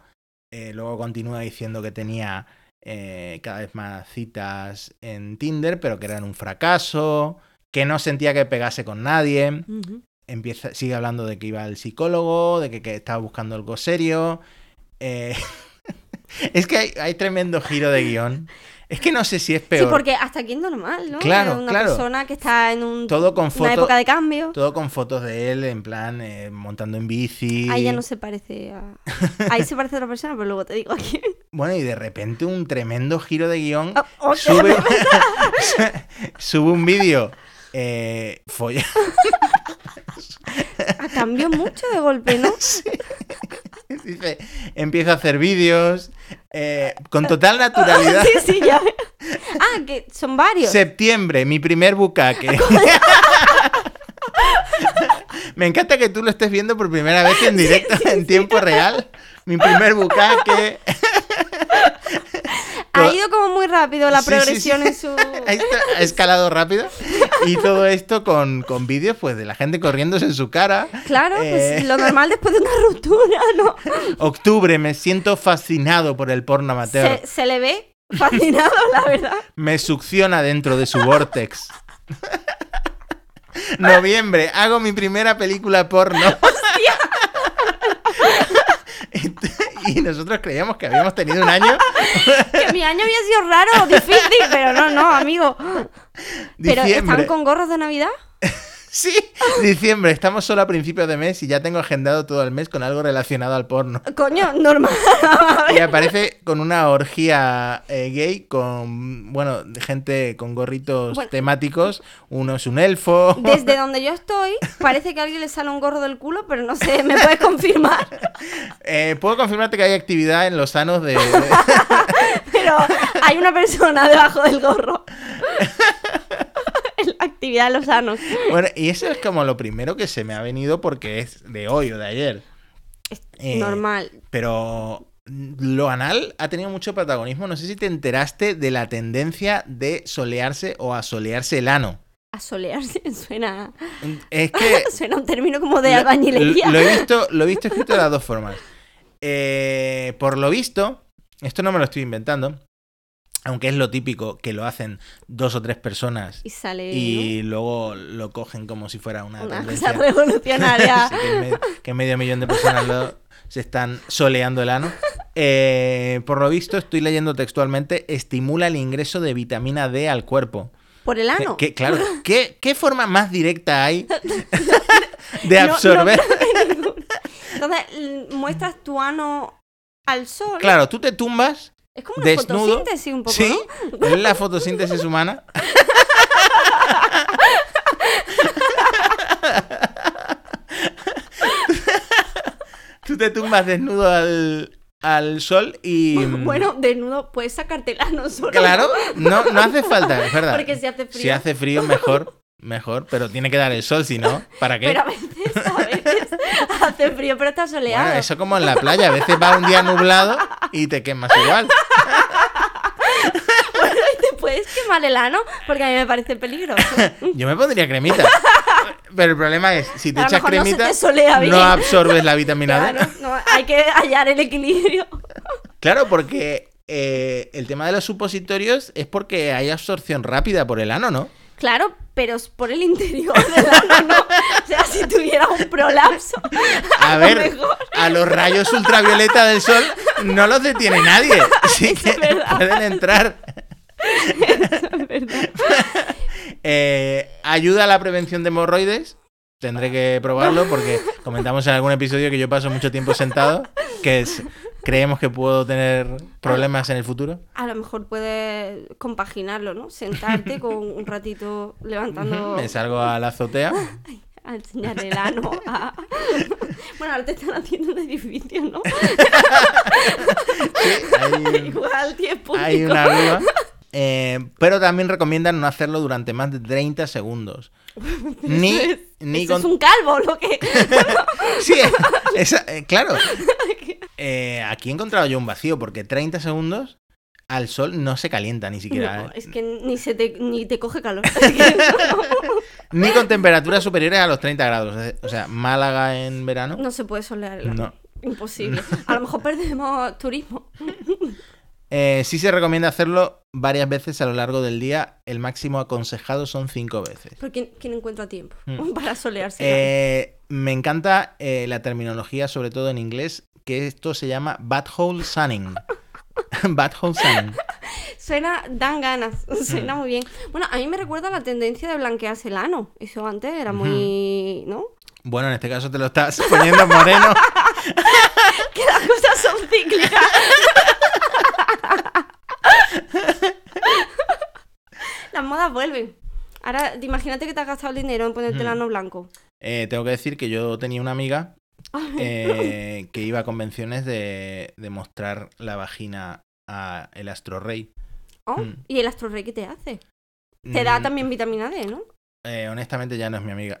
eh, luego continúa diciendo que tenía eh, cada vez más citas en Tinder, pero que eran un fracaso, que no sentía que pegase con nadie. Ujú. Empieza, sigue hablando de que iba al psicólogo, de que, que estaba buscando algo serio. eh, [laughs] es que hay, hay tremendo giro de guión. Es que no sé si es peor. Sí, porque hasta aquí es normal, ¿no? Claro, Es una claro. persona que está en un- Todo con una fotos. época de cambio. Todo con fotos de él, en plan, eh, montando en bici. Ahí ya no se [laughs] parece a... Ahí se parece a otra persona, pero luego te digo aquí. [laughs] Bueno, y de repente un tremendo giro de guión. Ah, ok. sube, [laughs] sube [laughs] un vídeo eh, folla- [laughs] Ha cambiado mucho de [laughs] golpe, ¿no? dice, empieza a hacer vídeos eh, con total naturalidad. [laughs] sí, sí, ya. veo. Ah, que son varios. Septiembre, mi primer bucaque. [laughs] Me encanta que tú lo estés viendo por primera vez [laughs] en directo, en tiempo real. Mi primer [laughs] bucaque. Ha ido como muy rápido la Sí, sí, sí. progresión [laughs] Ha en su... esta- ha escalado rápido. Y todo esto con, con vídeos pues de la gente corriéndose en su cara. Claro, Eh, pues lo normal después de una ruptura, [laughs] ¿no? Octubre, me siento fascinado por el porno amateur. Se, se le ve fascinado, la verdad. Me succiona dentro de su vortex. Noviembre, hago mi primera película porno. [laughs] y nosotros creíamos que habíamos tenido un año Que mi año había sido raro, difícil, pero no, no, amigo. ¿Pero diciembre. están con gorros de Navidad? Sí, diciembre, estamos solo a principios de mes y ya tengo agendado todo el mes con algo relacionado al porno. Coño, normal. Y aparece con una orgía eh, gay con, bueno, de gente con gorritos Bueno. temáticos. Uno es un elfo. [laughs] Desde donde yo estoy, parece que a alguien le sale un gorro del culo, pero no sé, ¿me puedes confirmar? [laughs] Eh, Puedo confirmarte que hay actividad en los sanos de... [laughs] [laughs] Pero hay una persona debajo del gorro. En la actividad de los anos. Bueno, y eso es como lo primero que se me ha venido porque es de hoy o de ayer. Es Eh, normal. Pero lo anal ha tenido mucho protagonismo. No sé si te enteraste de la tendencia de solearse o asolearse el ano. Asolearse suena, Es que [laughs] suena un término como de Lo- albañilería. Lo, lo he visto, [laughs] lo he visto escrito de las dos formas. Eh, por lo visto, esto no me lo estoy inventando, aunque es lo típico que lo hacen dos o tres personas y sale y luego lo cogen como si fuera una, ¿no? una tendencia. cosa [laughs] revolucionaria. Sí, que, me- que medio millón de personas lo- se están soleando el ano. Eh, por lo visto, estoy leyendo textualmente, estimula el ingreso de vitamina D al cuerpo. Por el Que- ano. que- claro, ¿qué, qué forma más directa [laughs] hay de No, no absorber? cabe [laughs] ninguna. Entonces, l- muestras tu ano al sol. Claro, tú te tumbas, Es como una desnudo. fotosíntesis un poco, ¿sí? ¿no? Es la fotosíntesis humana. tú te tumbas desnudo al, al sol y... mm, Pues, [laughs] Bueno, desnudo puedes sacarte el ano solo. Claro, no, no hace falta, es verdad. Porque si hace frío. Si hace frío, mejor, mejor, pero tiene que dar el sol, si no, ¿para qué? Pero a veces, [laughs] a veces hace frío, pero está soleado. Bueno, eso como en la playa, a veces va un día nublado y te quemas igual. Te puedes quemar el ano porque a mí me parece peligroso. [laughs] Yo me pondría [laughs] cremita. Pero el problema es, si te A lo echas mejor no se cremita, te solea bien. no absorbes la vitamina D. Claro, no, hay que hallar el equilibrio. Claro, porque eh, el tema de los supositorios es porque hay absorción rápida por el ano, [laughs] ¿no? Claro, pero es por el interior [laughs] del ano, no. O sea, si tuviera un prolapso. A lo ver, mejor. a los rayos ultravioleta del sol no los detiene nadie. [laughs] [laughs] Así Eso que es verdad. pueden entrar. [laughs] Eh, ayuda a la prevención de hemorroides. Tendré que probarlo porque comentamos en algún episodio que yo paso mucho tiempo sentado, que es, creemos que puedo tener problemas en el futuro. A lo mejor puedes compaginarlo, ¿no? Sentarte con un ratito levantando. Me salgo a la [laughs] azotea. A enseñar [laughs] el ano. a- [laughs] Bueno, ahora te están haciendo un [laughs] edificio, ¿no? Sí, hay, Igual, 10 público. hay una [laughs] grúa. Eh, pero también recomiendan no hacerlo durante más de 30 [laughs] segundos. Ni, ni Eso con Es un calvo, lo que. [laughs] [laughs] Sí, [laughs] esa- eh, claro. Eh, aquí he encontrado yo un vacío, porque 30 segundos al sol no se calienta ni siquiera. No, ¿eh? es que ni, se te, ni te coge calor. Es [laughs] que no, Ni [laughs] con temperaturas superiores a los 30 grados. eh, O sea, Málaga en verano. no se puede solear el ano. No. Imposible. A lo mejor perdemos turismo. Eh, sí se recomienda hacerlo varias veces a lo largo del día. El máximo aconsejado son 5 veces. Porque ¿quién, quién encuentra tiempo Mm. [laughs] para solearse? Eh, me encanta eh, la terminología, sobre todo en inglés, que esto se llama butthole [laughs] sunning. butthole sunning. Suena, dan ganas, [laughs] suena mm. muy bien. Bueno, a mí me recuerda la tendencia de blanquearse el ano. Eso antes era muy. ¿No? [laughs] Bueno, en este caso te lo estás [laughs] poniendo moreno. Que las cosas son cíclicas. [laughs] las modas vuelven. Ahora, te- imagínate que te has gastado el dinero en ponerte el Mm. ano blanco. Eh, tengo que decir que yo tenía una amiga eh, que iba a convenciones de, de mostrar la vagina a el astro rey. Oh, Mm. ¿Y el astro rey qué te hace? Te da Mm, también vitamina D, ¿no? [laughs] eh, honestamente ya no es mi amiga.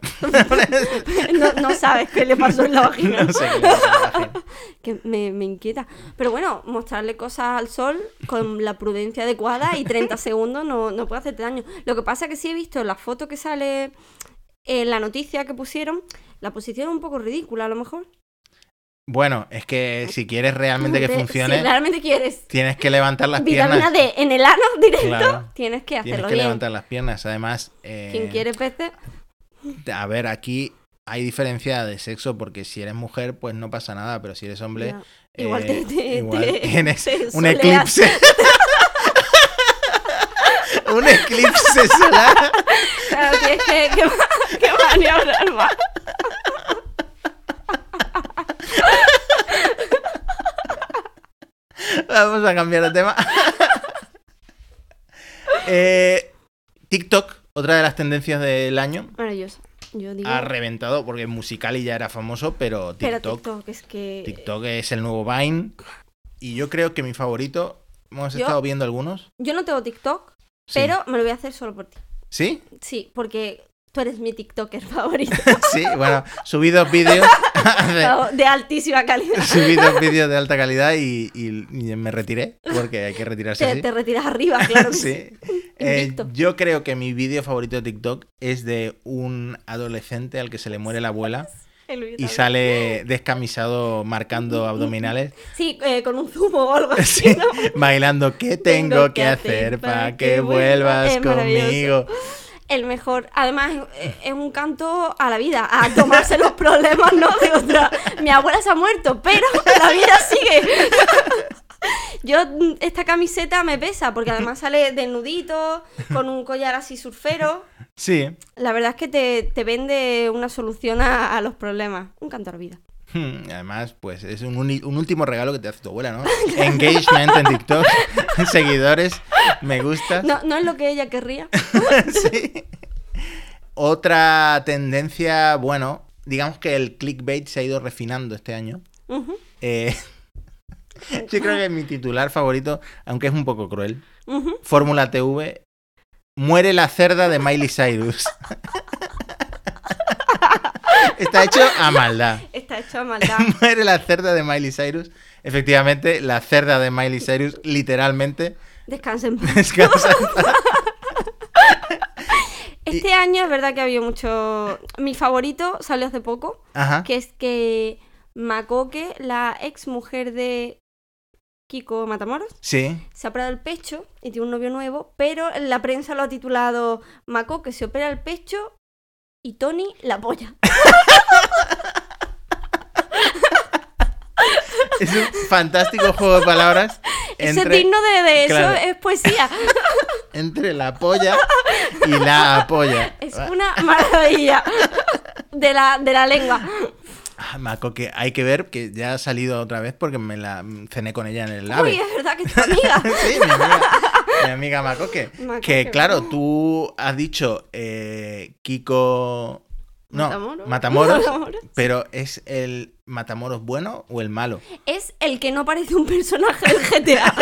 No, no sabes qué le pasó en la vagina. [laughs] No sé qué le pasa a la vagina. Que me, me inquieta. Pero bueno, mostrarle cosas al sol con la prudencia adecuada y 30 segundos no, no puede hacerte daño. Lo que pasa que sí he visto la foto que sale en la noticia que pusieron, la posición un poco ridícula a lo mejor. Bueno, es que si quieres realmente que Te- funcione, Si realmente quieres tienes que levantar las vitamina piernas. D en el ano directo, Claro. tienes que Tienes hacerlo que bien. levantar las piernas. Además, eh, Quien quiere peces, a ver, aquí hay diferencia de sexo porque si eres mujer, pues no pasa nada, pero si eres hombre, eh, ya. Igual te- te- igual [laughs] te- tienes te un soleas. eclipse. [laughs] un eclipse solar. Claro, tienes que, que, que maniobrar más. Vamos a cambiar de tema. [laughs] Eh, TikTok, otra de las tendencias del año, Maravilloso. Yo digo... ha reventado porque Musicali ya era famoso, pero pero TikTok, TikTok es que... TikTok es el nuevo Vine. Y yo creo que mi favorito, hemos Yo- estado viendo algunos. Yo no tengo TikTok, Sí. pero me lo voy a hacer solo por ti. ¿Sí? Sí, porque tú eres mi TikToker [laughs] [laughs] favorito. Sí, bueno, subí dos vídeos. [laughs] de- de altísima [laughs] calidad. subí dos vídeos de alta calidad y, y- y me retiré, porque hay que retirarse Te, así. te retiras arriba, claro. que [laughs] sí. [laughs] Sí. Eh, Invicto. yo creo que mi vídeo favorito de TikTok es de un adolescente al que se le muere la abuela El mío y también. sale descamisado [laughs] marcando abdominales, Sí, eh, con un zumo o algo [laughs] así. sí, ¿no? bailando ¿qué tengo, que hacer para que vuelvas Es conmigo? maravilloso. El mejor. Además, eh, es un canto a la vida, a tomarse los problemas, ¿no? De otra. Mi abuela se ha muerto, pero la vida sigue. [laughs] Yo, mm, esta camiseta me pesa, porque además sale desnudito, con un collar así surfero. Sí. La verdad es que te, te vende una solución a, a los problemas. Un canto a la vida. Hmm, Además, pues es un, uni- un último regalo que te hace tu abuela, ¿no? Engagement en TikTok, [laughs] seguidores, me gusta. No, no es lo que ella querría. [laughs] Sí. Otra tendencia, bueno, digamos que el clickbait se ha ido refinando este año. Ujú, Eh, [laughs] yo creo que mi titular favorito, aunque es un poco cruel, ujú. Fórmula TV, muere la cerda de Miley Cyrus. [laughs] Está hecho a maldad. Está hecho a [laughs] maldad. [laughs] Muere la cerda de Miley Cyrus. Efectivamente, la cerda de Miley Cyrus [laughs] literalmente Descansen. descansa. Este año es verdad que ha habido mucho. Mi favorito salió hace poco, Ajá. que es que Macoque, la ex mujer de Kiko Matamoros, Sí. se ha operado el pecho y tiene un novio nuevo, pero la prensa lo ha titulado Macoque se opera el pecho y Tony la polla. Es un fantástico juego de [laughs] palabras Eso es entre, digno de, de eso, claro. es poesía. entre la polla y la apoya. [laughs] Es una maravilla de la, de la lengua. Ah, Maco, que hay que ver que ya ha salido otra vez porque me la mm, cené con ella en el Uy, AVE. es verdad que es tu amiga. [laughs] Sí, mi amiga, mi amiga Maco, que, Maco, que que- claro, tú has dicho eh, Kiko... No, Matamoros. Matamoros, Matamoros. pero ¿es el Matamoros bueno o el malo? es el que no parece un personaje del GTA.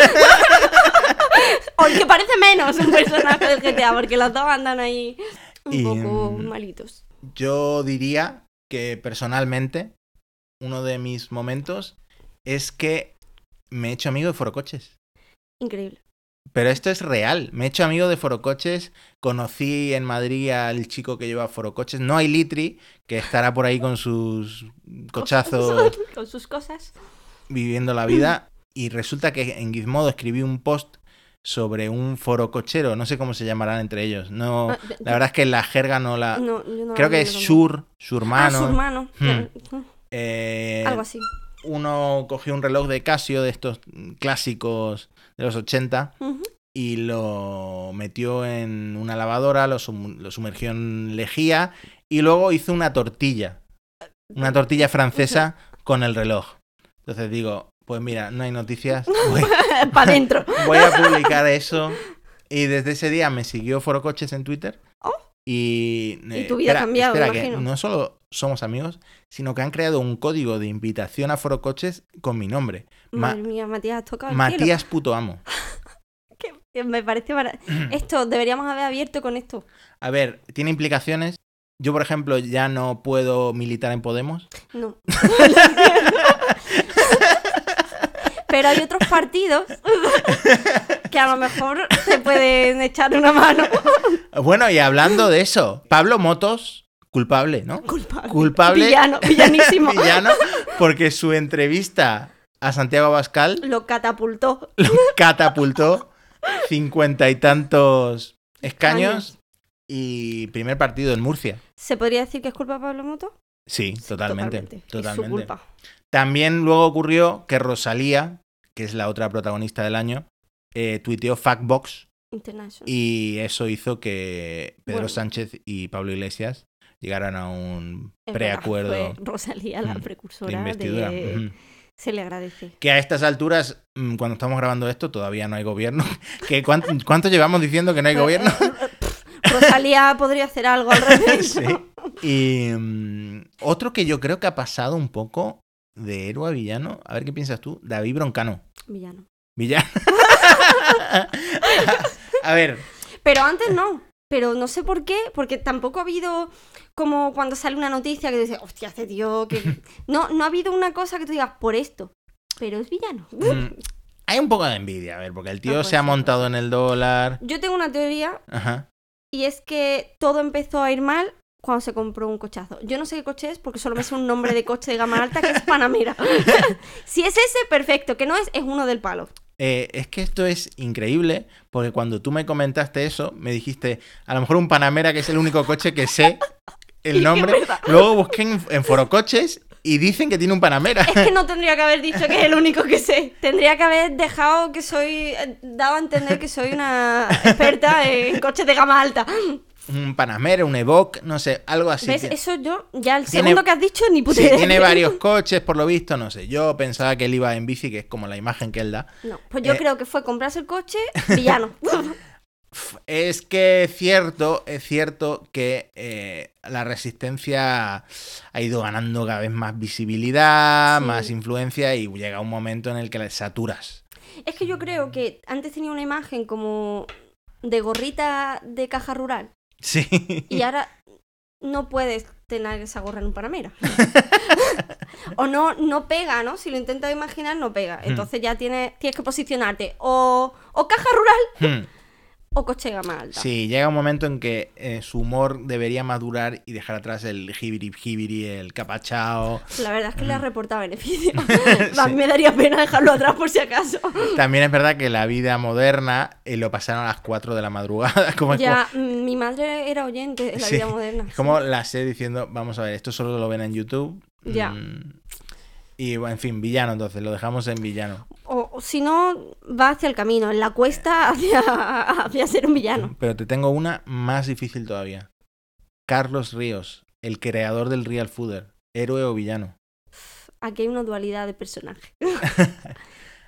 o el que parece menos un personaje del GTA, porque los dos andan ahí un Y, poco mm, malitos. Yo diría que personalmente uno de mis momentos es que me he hecho amigo de Forocoches. Increíble. Pero esto es real. Me he hecho amigo de Forocoches. Conocí en Madrid al chico que lleva Forocoches. No hay Litri, que estará por ahí con sus cochazos Con sus cosas. viviendo la vida. Y resulta que en Gizmodo escribí un post sobre un forocochero. No sé cómo se llamarán entre ellos. No, Ah, la verdad es que la jerga no la. No, yo no- Ah, Creo que no es lo Sur, su conozco. Ah, su hermano. hermano. claro. Eh, Algo así. uno cogió un reloj de Casio de estos mm, clásicos de los 80 Ujú. y lo metió en una lavadora, lo, sum- lo sumergió en lejía y luego hizo una tortilla, una tortilla [laughs] francesa con el reloj. Entonces digo, pues mira, no hay noticias, [laughs] voy, Para adentro. voy a publicar eso. Y desde ese día me siguió Forocoches en Twitter. Oh. Y, eh, Y tu vida ha cambiado, me espera, que imagino. no solo somos amigos, sino que han creado un código de invitación a Forocoches con mi nombre. Ma- Madre mía, Matías, has tocado el cielo. Matías Puto Amo. Que Me parece mara- Esto, deberíamos haber abierto con esto. A ver, tiene implicaciones. Yo, por ejemplo, ya no puedo militar en Podemos. No. [laughs] Pero hay otros partidos que a lo mejor te pueden echar una mano. Bueno, y hablando de eso, Pablo Motos, culpable, ¿no? Culpable. Culpable. Villano, [laughs] villanísimo. Villano, porque su entrevista a Santiago Abascal Lo catapultó. catapultó cincuenta y tantos escaños y primer partido en Murcia. ¿Se podría decir que es culpa de Pablo Moto? Sí, totalmente. Es Totalmente. su culpa. También luego ocurrió que Rosalía, que es la otra protagonista del año, eh, tuiteó Factbox International. y eso hizo que Pedro Bueno. Sánchez y Pablo Iglesias llegaran a un Es verdad, preacuerdo fue Rosalía, la Mm, de de precursora de, investidura. Ujú. Se le agradece. Que a estas alturas, mm, cuando estamos grabando esto, todavía no hay gobierno. [laughs] ¿Que cuán- ¿Cuánto llevamos diciendo que no hay [laughs] gobierno? Rosalía podría hacer algo [laughs] al respecto. Sí. Y mm, otro que yo creo que ha pasado un poco de héroe a villano, a ver qué piensas tú, David Broncano. Villano. Villano. [laughs] a ver, Pero antes no. pero no sé por qué, porque tampoco ha habido como cuando sale una noticia que dices, hostia, este tío, que... No, no ha habido una cosa que tú digas, por esto, pero es villano. Mm, Hay un poco de envidia, a ver, porque el tío puede se ha ser. montado en el dólar. Yo tengo una teoría Ajá. y es que todo empezó a ir mal cuando se compró un cochazo. Yo no sé qué coche es porque solo me sé un nombre de coche de gama alta que es Panamera. [laughs] si es ese, perfecto. Que no es, es uno del palo. Eh, es que esto es increíble, porque cuando tú me comentaste eso, me dijiste, a lo mejor un Panamera, que es el único coche que sé Y el [laughs] es nombre. verdad. Luego busqué en, en forocoches y dicen que tiene un Panamera. Es que no tendría que haber dicho que es el único que sé. Tendría que haber dejado que soy... eh, Dado a entender que soy una experta en coches de gama alta. Un Panamera, un Evoque, no sé, algo así. ¿Ves? Tiene- Eso yo, ya el Tiene- segundo que has dicho, ni [laughs] puta Sí, idea. tiene varios coches, por lo visto, no sé. Yo pensaba que él iba en bici, que es como la imagen que él da. [laughs] No, pues yo Eh. creo que fue comprarse el coche, villano. [laughs] Pf, Es que es cierto, es cierto que eh, la resistencia ha ido ganando cada vez más visibilidad, Sí. más influencia y llega un momento en el que la saturas. Es que yo creo que antes tenía una imagen como de gorrita de caja rural [laughs] Sí. [laughs] y ahora no puedes tener esa gorra en [laughs] un panamera. o no, no pega, ¿no? Si lo intentas imaginar, no pega. Hmm. Entonces ya tienes, tienes que posicionarte o, o caja rural Hmm. o coche de gama alta. Sí, llega un momento en que eh, su humor debería madurar y dejar atrás el jibiri jibiri, el capachao. La verdad es que le Hmm. ha [laughs] reportado beneficio. A mí me daría pena dejarlo atrás por si acaso. También es verdad que la vida moderna eh, lo pasaron a las 4 de la madrugada. [laughs] Como es Ya, mm, mi madre era oyente de la Sí, vida moderna. Es como la sé diciendo, vamos a ver, esto solo lo ven en YouTube. Ya. Mm. Y bueno, en fin, villano, entonces, lo dejamos en villano. O, o si no, va hacia el camino, en la cuesta hacia, hacia ser un villano. Pero te tengo una más difícil todavía. Carlos Ríos, el creador del Real Fooder, héroe o villano. Aquí hay una dualidad de personaje.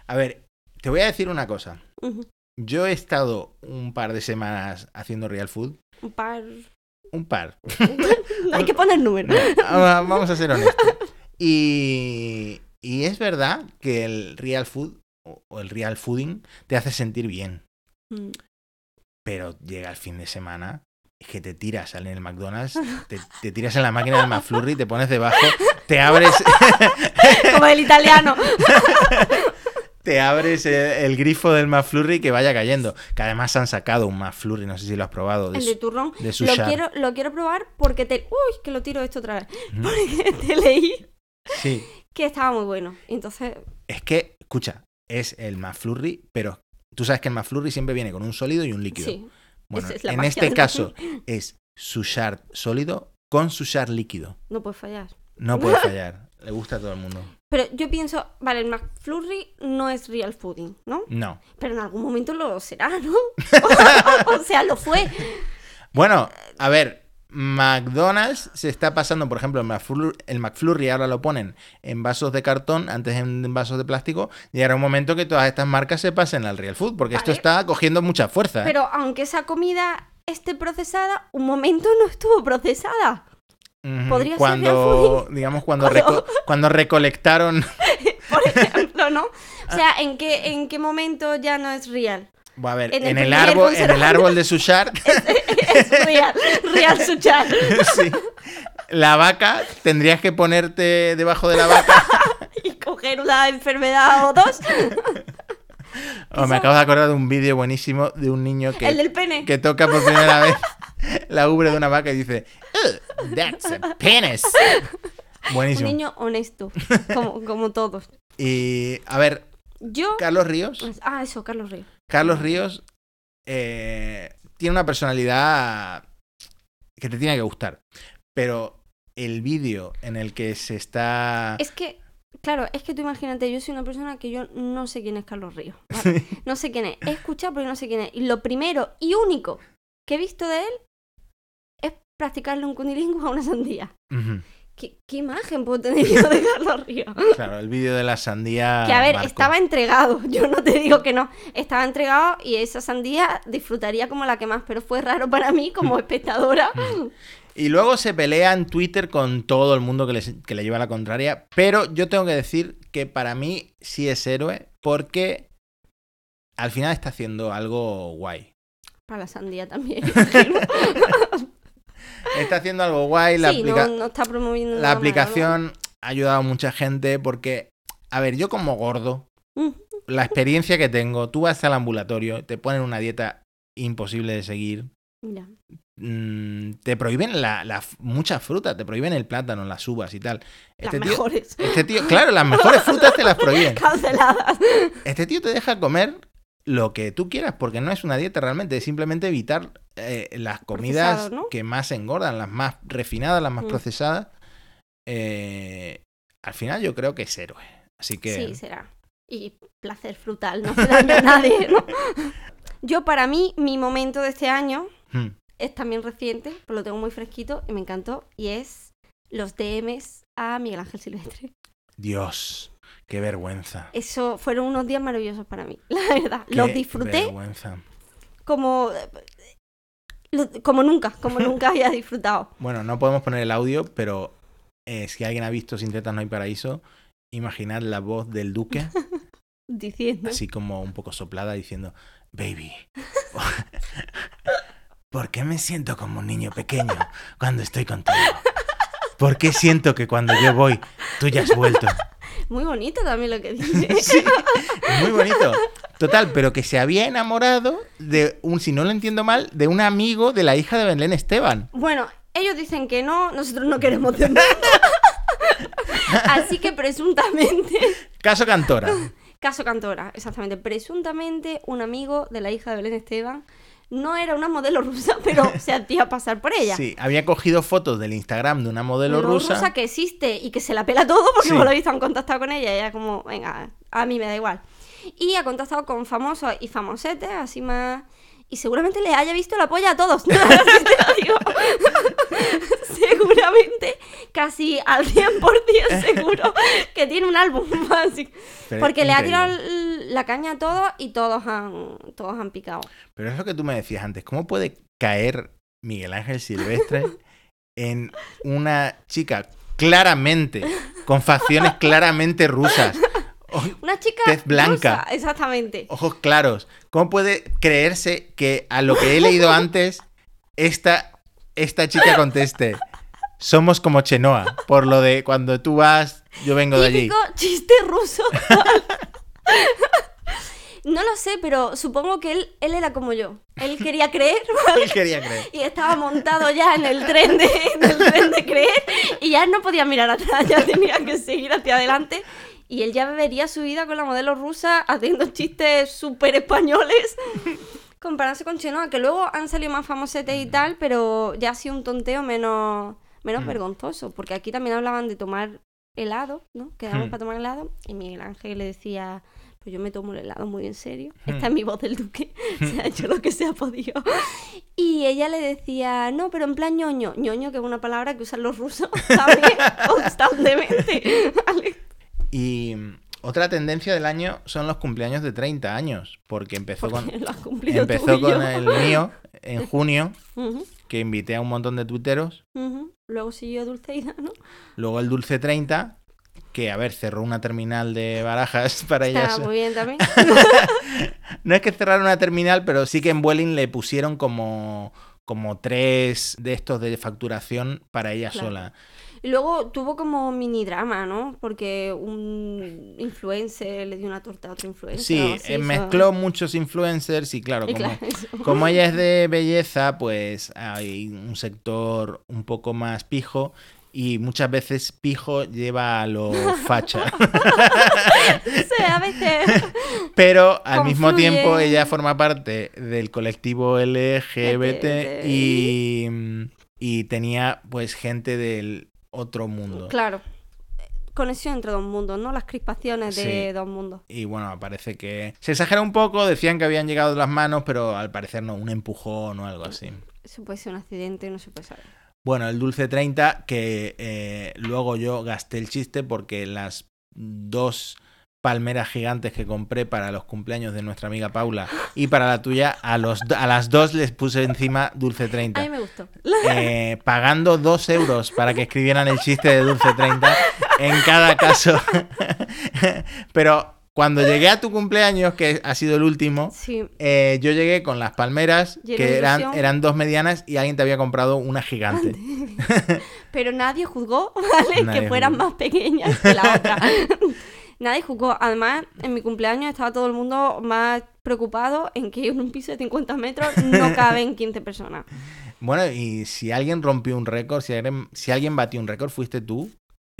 A ver, te voy a decir una cosa. Ujú. Yo he estado un par de semanas haciendo Real Food. Un par. Un par. hay que poner [laughs] números. Ah, Vamos a ser honestos. Y, y es verdad que el Real Food o o el Real Fooding te hace sentir bien. Mm. pero llega el fin de semana, es que te tiras en el McDonald's, te, te tiras en la máquina del McFlurry, te pones debajo, te abres, [laughs] Como el italiano. te abres el, el grifo del McFlurry que vaya cayendo. Que además han sacado un McFlurry, no sé si lo has probado. de El Pues, su- de turrón. de Lo Sushar. quiero, lo quiero probar porque te. Uy, que lo tiro esto otra vez. Ujú. Porque [laughs] te leí Sí. que estaba muy bueno. Entonces, Es que, escucha, es el McFlurry, pero tú sabes que el McFlurry siempre viene con un sólido y un líquido. sí. bueno, esa es la en magia este del caso [laughs] es sushar sólido con sushar líquido. No puede fallar. No [laughs] puede fallar. Le gusta a todo el mundo. Pero yo pienso, vale, el McFlurry no es real pudding, ¿no? No. Pero en algún momento lo será, ¿no? [laughs] o sea, lo [laughs] fue. Bueno, a ver, McDonald's se está pasando, por ejemplo, el McFlurry, el McFlurry ahora lo ponen en vasos de cartón, antes en vasos de plástico, y ahora un momento que todas estas marcas se pasen al real food, porque esto Vale. está cogiendo mucha fuerza. ¿eh? Pero aunque esa comida esté procesada, un momento no estuvo procesada. [laughs] Ujú, podría ser real cuando, digamos, cuando, [laughs] reco- Cuando- cuando recolectaron, [laughs] Por ejemplo, ¿no? O sea, ¿en qué, ¿en qué momento ya no es real? [laughs] Bueno, a ver, En en, el el primer árbol, en el conservador. [laughs] árbol de Sushar, Es real, real suchar. [laughs] sí, la vaca, tendrías que ponerte debajo de la vaca. [laughs] Y coger una enfermedad o dos. Oh, me acabo de acordar de un vídeo buenísimo de un niño que El del pene. que toca por primera vez la ubre de una vaca y dice, "Ugh, that's a penis. Un Buenísimo. niño honesto, como, como todos. Y a ver, Yo... Carlos Ríos. Ah, eso, Carlos Río. Carlos Ríos eh, tiene una personalidad que te tiene que gustar. Pero el vídeo en el que se está... Es que, claro, es que tú imagínate, yo soy una persona que yo no sé quién es Carlos Ríos. ¿vale? No sé quién es. He escuchado, pero yo no sé quién es. Y lo primero y único que he visto de él es practicarle un cunilingüe a una sandía. Ujú, ¿Qué, qué imagen puedo tener yo de Carlos Ríos? Claro, el vídeo de la sandía... Que a ver, marcó. estaba entregado, [laughs] yo no te digo que no, estaba entregado y esa sandía disfrutaría como la que más, pero fue raro para mí como [laughs] espectadora. Mm. Y luego se pelea en Twitter con todo el mundo que, les- que le lleva la contraria. Pero yo tengo que decir que para mí sí es héroe porque al final está haciendo algo guay. Para la [laughs] sandía también. Está haciendo algo guay. La, sí, aplica- no, no está promoviendo la nada malo, aplicación ha ayudado a mucha gente porque, a ver, yo como gordo, Mm. la experiencia que tengo, tú vas al ambulatorio, te ponen una dieta imposible de seguir, ¿no? Mira. mm, te prohíben la, la f- mucha fruta, te prohíben el plátano, las uvas y tal. Este las tío, mejores. este tío, claro, las mejores frutas te las prohíben. [laughs] Canceladas. Este tío te deja comer lo que tú quieras, porque no es una dieta realmente, es simplemente evitar eh, las comidas Procesado, ¿no? que más engordan, las más refinadas, las más Mm. procesadas. Eh, al final yo creo que es héroe. Así que Sí, será. Y placer frutal, no se daña a nadie, [laughs] ¿no? Yo, para mí, mi momento de este año mm, es también reciente, pues lo tengo muy fresquito y me encantó, y es los DMs a Miguel Ángel Silvestre. Dios, qué vergüenza. Eso fueron unos días maravillosos para mí, [laughs] la verdad. los qué disfruté vergüenza. como lo- como nunca, [laughs] como nunca había disfrutado. Bueno, no podemos poner el audio, pero eh, si alguien ha visto Sin tetas no hay paraíso, imaginad la voz del duque, Diciendo. así como un poco soplada, diciendo, baby, ¿por qué me siento como un niño pequeño cuando estoy contigo? ¿Por qué siento que cuando yo voy, tú ya has vuelto? [laughs] Muy bonito también lo que dice. Sí, muy bonito. Total, pero que se había enamorado de un, si no lo entiendo mal, de un amigo de la hija de Belén Esteban. Bueno, ellos dicen que no, nosotros no queremos de [laughs] Así que presuntamente, Caso Cantora. caso Cantora, exactamente, presuntamente un amigo de la hija de Belén Esteban no era una modelo rusa, pero se hacía pasar por ella. Sí, había cogido fotos del Instagram de una modelo Una rusa. que existe y que se la pela todo porque Sí. por lo visto han contactado con ella y ella como, venga, a mí me da igual. Y ha contactado con famosos y famosetes, así más... Y seguramente le haya visto la polla a todos. [laughs] Así te lo digo. [laughs] seguramente, casi [laughs] al 100% seguro que tiene un álbum. [laughs] así. Pero Porque le ha increíble. tirado l- la caña a todos y todos han, todos han picado. Pero es lo que tú me decías antes. ¿Cómo puede caer Miguel Ángel Silvestre en una chica claramente, con facciones claramente rusas, o- Una chica... Tez blanca. rusa, exactamente. ojos claros? ¿Cómo puede creerse que a lo que he leído antes, esta, esta chica conteste? Somos como Chenoa, por lo de cuando tú vas, yo vengo de allí. Típico chiste ruso. [laughs] no lo sé, pero supongo que él, él era como yo. Él quería creer, ¿vale? Él quería creer. Y estaba montado ya en el tren de, en el tren de creer y ya no podía mirar atrás, ya tenía que seguir hacia adelante. Y él ya vería su vida con la modelo rusa haciendo chistes súper españoles. Comparándose con Chenoa, que luego han salido más famosetes y tal, pero ya ha sido un tonteo menos, menos Mm. vergonzoso. Porque aquí también hablaban de tomar helado, ¿no? Quedamos Mm. para tomar helado. Y Miguel Ángel le decía, pues yo me tomo el helado muy en serio. Mm. Esta es mi voz del duque. [laughs] se [laughs] ha hecho lo que se ha podido. Y ella le decía, no, pero en plan ñoño. ñoño, que es una palabra que usan los rusos, [laughs] ¿sabes? Constantemente. [laughs] ¿vale? Y mm, otra tendencia del año son los cumpleaños de 30 años, porque empezó con, Porque lo has cumplido tú Pues empezó y yo. con el [laughs] mío en junio, Ujú, que invité a un montón de tuiteros. ujú. Luego siguió Dulceida, ¿no? Luego el Dulce 30, que a ver, cerró una terminal de barajas [laughs] para Está ellas. Ah, muy bien también. No es que cerraron una terminal, pero sí que en Vueling le pusieron como, como tres de estos de facturación para ella Claro. sola. Y luego tuvo como mini drama, ¿no? Porque un influencer le dio una torta a otro influencer. o Sí, algo así, eh, eso- mezcló muchos influencers y claro, Y como, [laughs] claro, eso. [laughs] Como ella es de belleza, pues hay un sector un poco más pijo y muchas veces pijo lleva a [laughs] lo facha. Sí, [laughs] a veces. Pero al mismo Confluye. tiempo ella forma parte del colectivo LGBT y, y tenía pues gente del otro mundo. Claro. eh, Conexión entre dos mundos, ¿no? Las crispaciones de Sí. dos mundos. Y bueno, parece que se exagera un poco, decían que habían llegado las manos, pero al parecer no, un empujón o algo así. Eso puede ser un accidente, no se puede saber. Bueno, el dulce 30, que eh, luego yo gasté el chiste porque las dos palmeras gigantes que compré para los cumpleaños de nuestra amiga Paula y para la tuya, a, los, do- a las dos les puse encima dulce A mí 30. me gustó. eh, pagando dos euros para que escribieran el chiste de dulce 30 en cada caso. [laughs] Pero Cuando llegué a tu cumpleaños, que ha sido el último, Sí. eh, yo llegué con las palmeras, Llena de que eran, ilusión. eran dos medianas, y alguien te había comprado una gigante. [laughs] Pero nadie juzgó, ¿vale? Nadie que fueran juzgó. más pequeñas que la otra. [laughs] nadie juzgó. Además, en mi cumpleaños estaba todo el mundo más preocupado en que en un piso de 50 metros [laughs] no caben 15 personas. Bueno, y si alguien rompió un récord, si alguien, si alguien batió un récord, fuiste tú.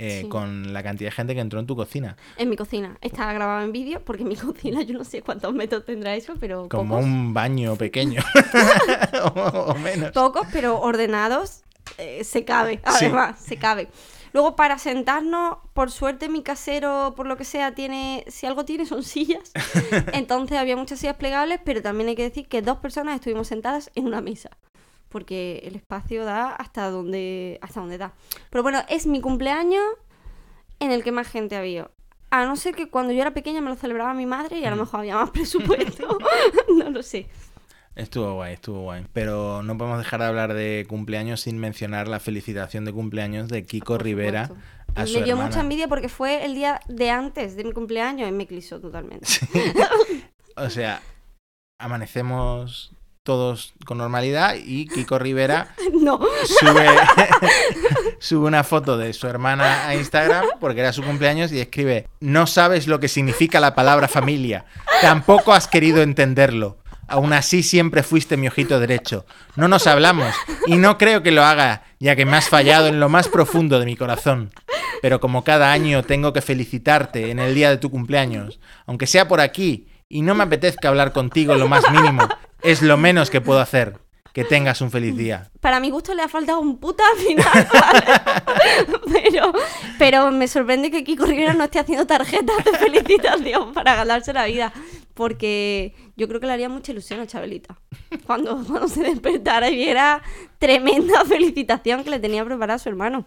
eh, Sí. Con la cantidad de gente que entró en tu cocina. En mi cocina. Está grabado en vídeo porque en mi [laughs] cocina yo no sé cuántos metros tendrá eso, pero Como pocos. un baño [laughs] pequeño. [laughs] o, o menos. Pocos, pero ordenados. eh, se cabe, Sí. además, se cabe. Luego, para sentarnos, por suerte mi casero, por lo que sea, tiene. Si algo tiene, [laughs] son sillas. Entonces había muchas sillas plegables, pero también hay que decir que dos personas estuvimos sentadas en una mesa. Porque el espacio da hasta donde, hasta donde da. Pero bueno, es mi cumpleaños en el que más gente había. A no ser que cuando yo era pequeña me lo celebraba mi madre y a lo Mm. mejor había [laughs] más presupuesto. [laughs] no lo sé. Estuvo guay, estuvo guay. Pero no podemos dejar de hablar de cumpleaños sin mencionar la felicitación de cumpleaños de Kiko Por Rivera supuesto. a su Me dio hermana. mucha [laughs] envidia porque fue el día de antes de mi cumpleaños y me eclipsó totalmente. [laughs] O sea, amanecemos todos con normalidad y Kiko Rivera no, sube, [laughs] sube una foto de su hermana a Instagram porque era su cumpleaños y escribe, no sabes lo que significa la palabra familia, tampoco has querido entenderlo. Aún así siempre fuiste mi ojito derecho. No nos hablamos y no creo que lo haga, ya que me has fallado en lo más profundo de mi corazón. Pero como cada año tengo que felicitarte en el día de tu cumpleaños, aunque sea por aquí y no me apetezca hablar contigo lo más mínimo, es lo menos que puedo hacer. Que tengas un feliz día. para mi gusto le ha faltado un puta [laughs] final, ¿vale? [laughs] pero, pero me sorprende que Kiko Rivera no esté haciendo tarjetas de felicitación [laughs] para ganarse la vida. Porque yo creo que le haría mucha ilusión a Chabelita. Cuando, [laughs] cuando se despertara y viera tremenda [laughs] felicitación que le tenía preparada su hermano.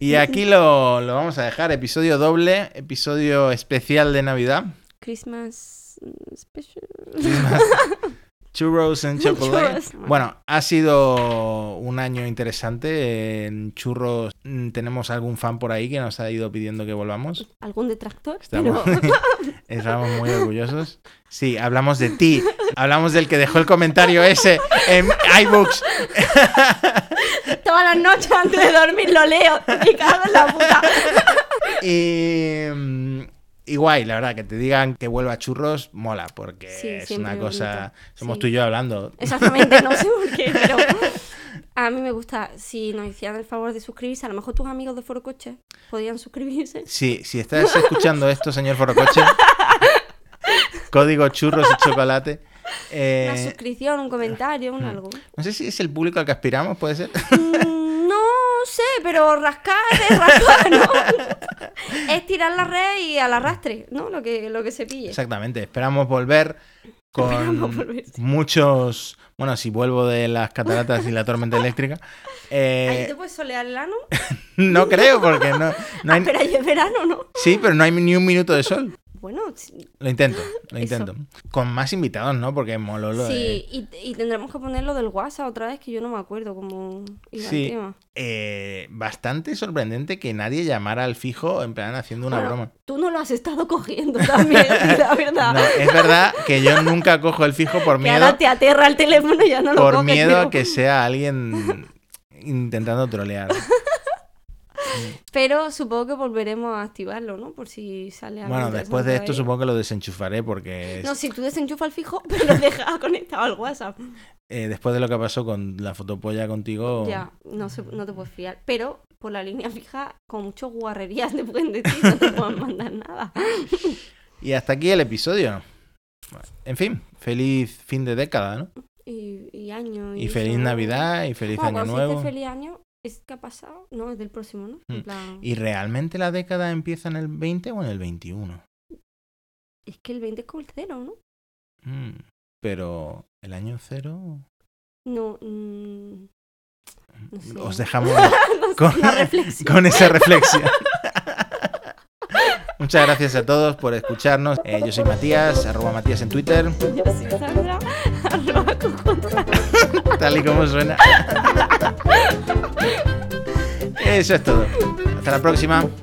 Y aquí lo, lo vamos a dejar, episodio doble, episodio especial de [laughs] Navidad. Christmas mm, special. Churros and chocolate. Churros. Bueno, ha sido un año interesante. En churros mm, tenemos algún fan por ahí que nos ha ido pidiendo que volvamos. ¿Algún detractor? Estamos, Pero- [laughs] estamos muy orgullosos. Sí, hablamos de ti. Hablamos del que dejó el comentario ese en iBooks. Todas las noches antes de dormir lo leo. Me cago en la puta. Y, mm, y guay, la verdad, que te digan que vuelva a churros mola, porque Sí, es siempre una bonito. cosa. Somos Sí. tú y yo hablando. Exactamente, no sé por qué, pero a mí me gusta. Si nos hicieran el favor de suscribirse, a lo mejor tus amigos de Foro Coche podían suscribirse. Sí, si estás escuchando esto, señor Forrocoche, código churros y chocolate. eh, mm. Una suscripción, un comentario, un algo. no sé si es el público al que aspiramos, puede ser. Mm, No sé, pero rascar es [laughs] rascar, ¿no? Es tirar la red y al arrastre, ¿no? Lo que, lo que se pille. Exactamente, esperamos volver con Esperamos volver, sí. muchos. Bueno, si vuelvo de las cataratas y la tormenta eléctrica. Ahí eh, te puedes solear el ano. no creo, porque no, no Ah, hay. pero ahí es verano, ¿no? Sí, pero no hay ni un minuto de sol. Bueno, sí, Lo intento, lo Eso. intento. Con más invitados, ¿no? Porque moló lo de- Sí, y, y tendremos que poner lo del WhatsApp otra vez, que yo no me acuerdo cómo iba el Sí. tema. Eh, bastante sorprendente que nadie llamara al fijo en plan haciendo una Bueno, broma. Tú no lo has estado [laughs] cogiendo también, sí, la verdad. No, es verdad que yo nunca cojo el fijo por [laughs] que ahora miedo, te aterra el teléfono y ya no lo por coges, miedo a pero- que sea [laughs] alguien intentando trolear. Pero supongo que volveremos a activarlo, ¿no? Por si sale algo Bueno, después de esto interesante supongo que lo desenchufaré porque ahí. es- No, si tú desenchufas el fijo, [laughs] pero deja conectado al WhatsApp. eh, después de lo que pasó con la fotopolla contigo, Ya, no, se- no te puedes fiar. Pero por la línea fija, con muchas guarrerías [laughs] te pueden decir, no te pueden mandar nada. y hasta aquí el episodio. En fin, feliz fin de década, ¿no? Y, y año. Y feliz eso. Navidad y feliz Bueno, pues Año cuando se dice Nuevo. feliz año, ¿es que ha pasado? No, es del próximo, ¿no? En Mm. plan, ¿Y realmente la década empieza en el 20 o en el 21? Es que el 20 es como el cero, ¿no? Mm, Pero el año cero... No, mm, no sé. [laughs] Os dejamos [laughs] No sé, Mm, con- una [laughs] reflexión. con esa reflexión. Muchas gracias a todos por escucharnos. Eh, yo soy Matías, arroba Matías en Twitter, Yo soy [laughs] Sandra, arroba conjunta. tal y como [laughs] suena. Eso es todo. Hasta la próxima.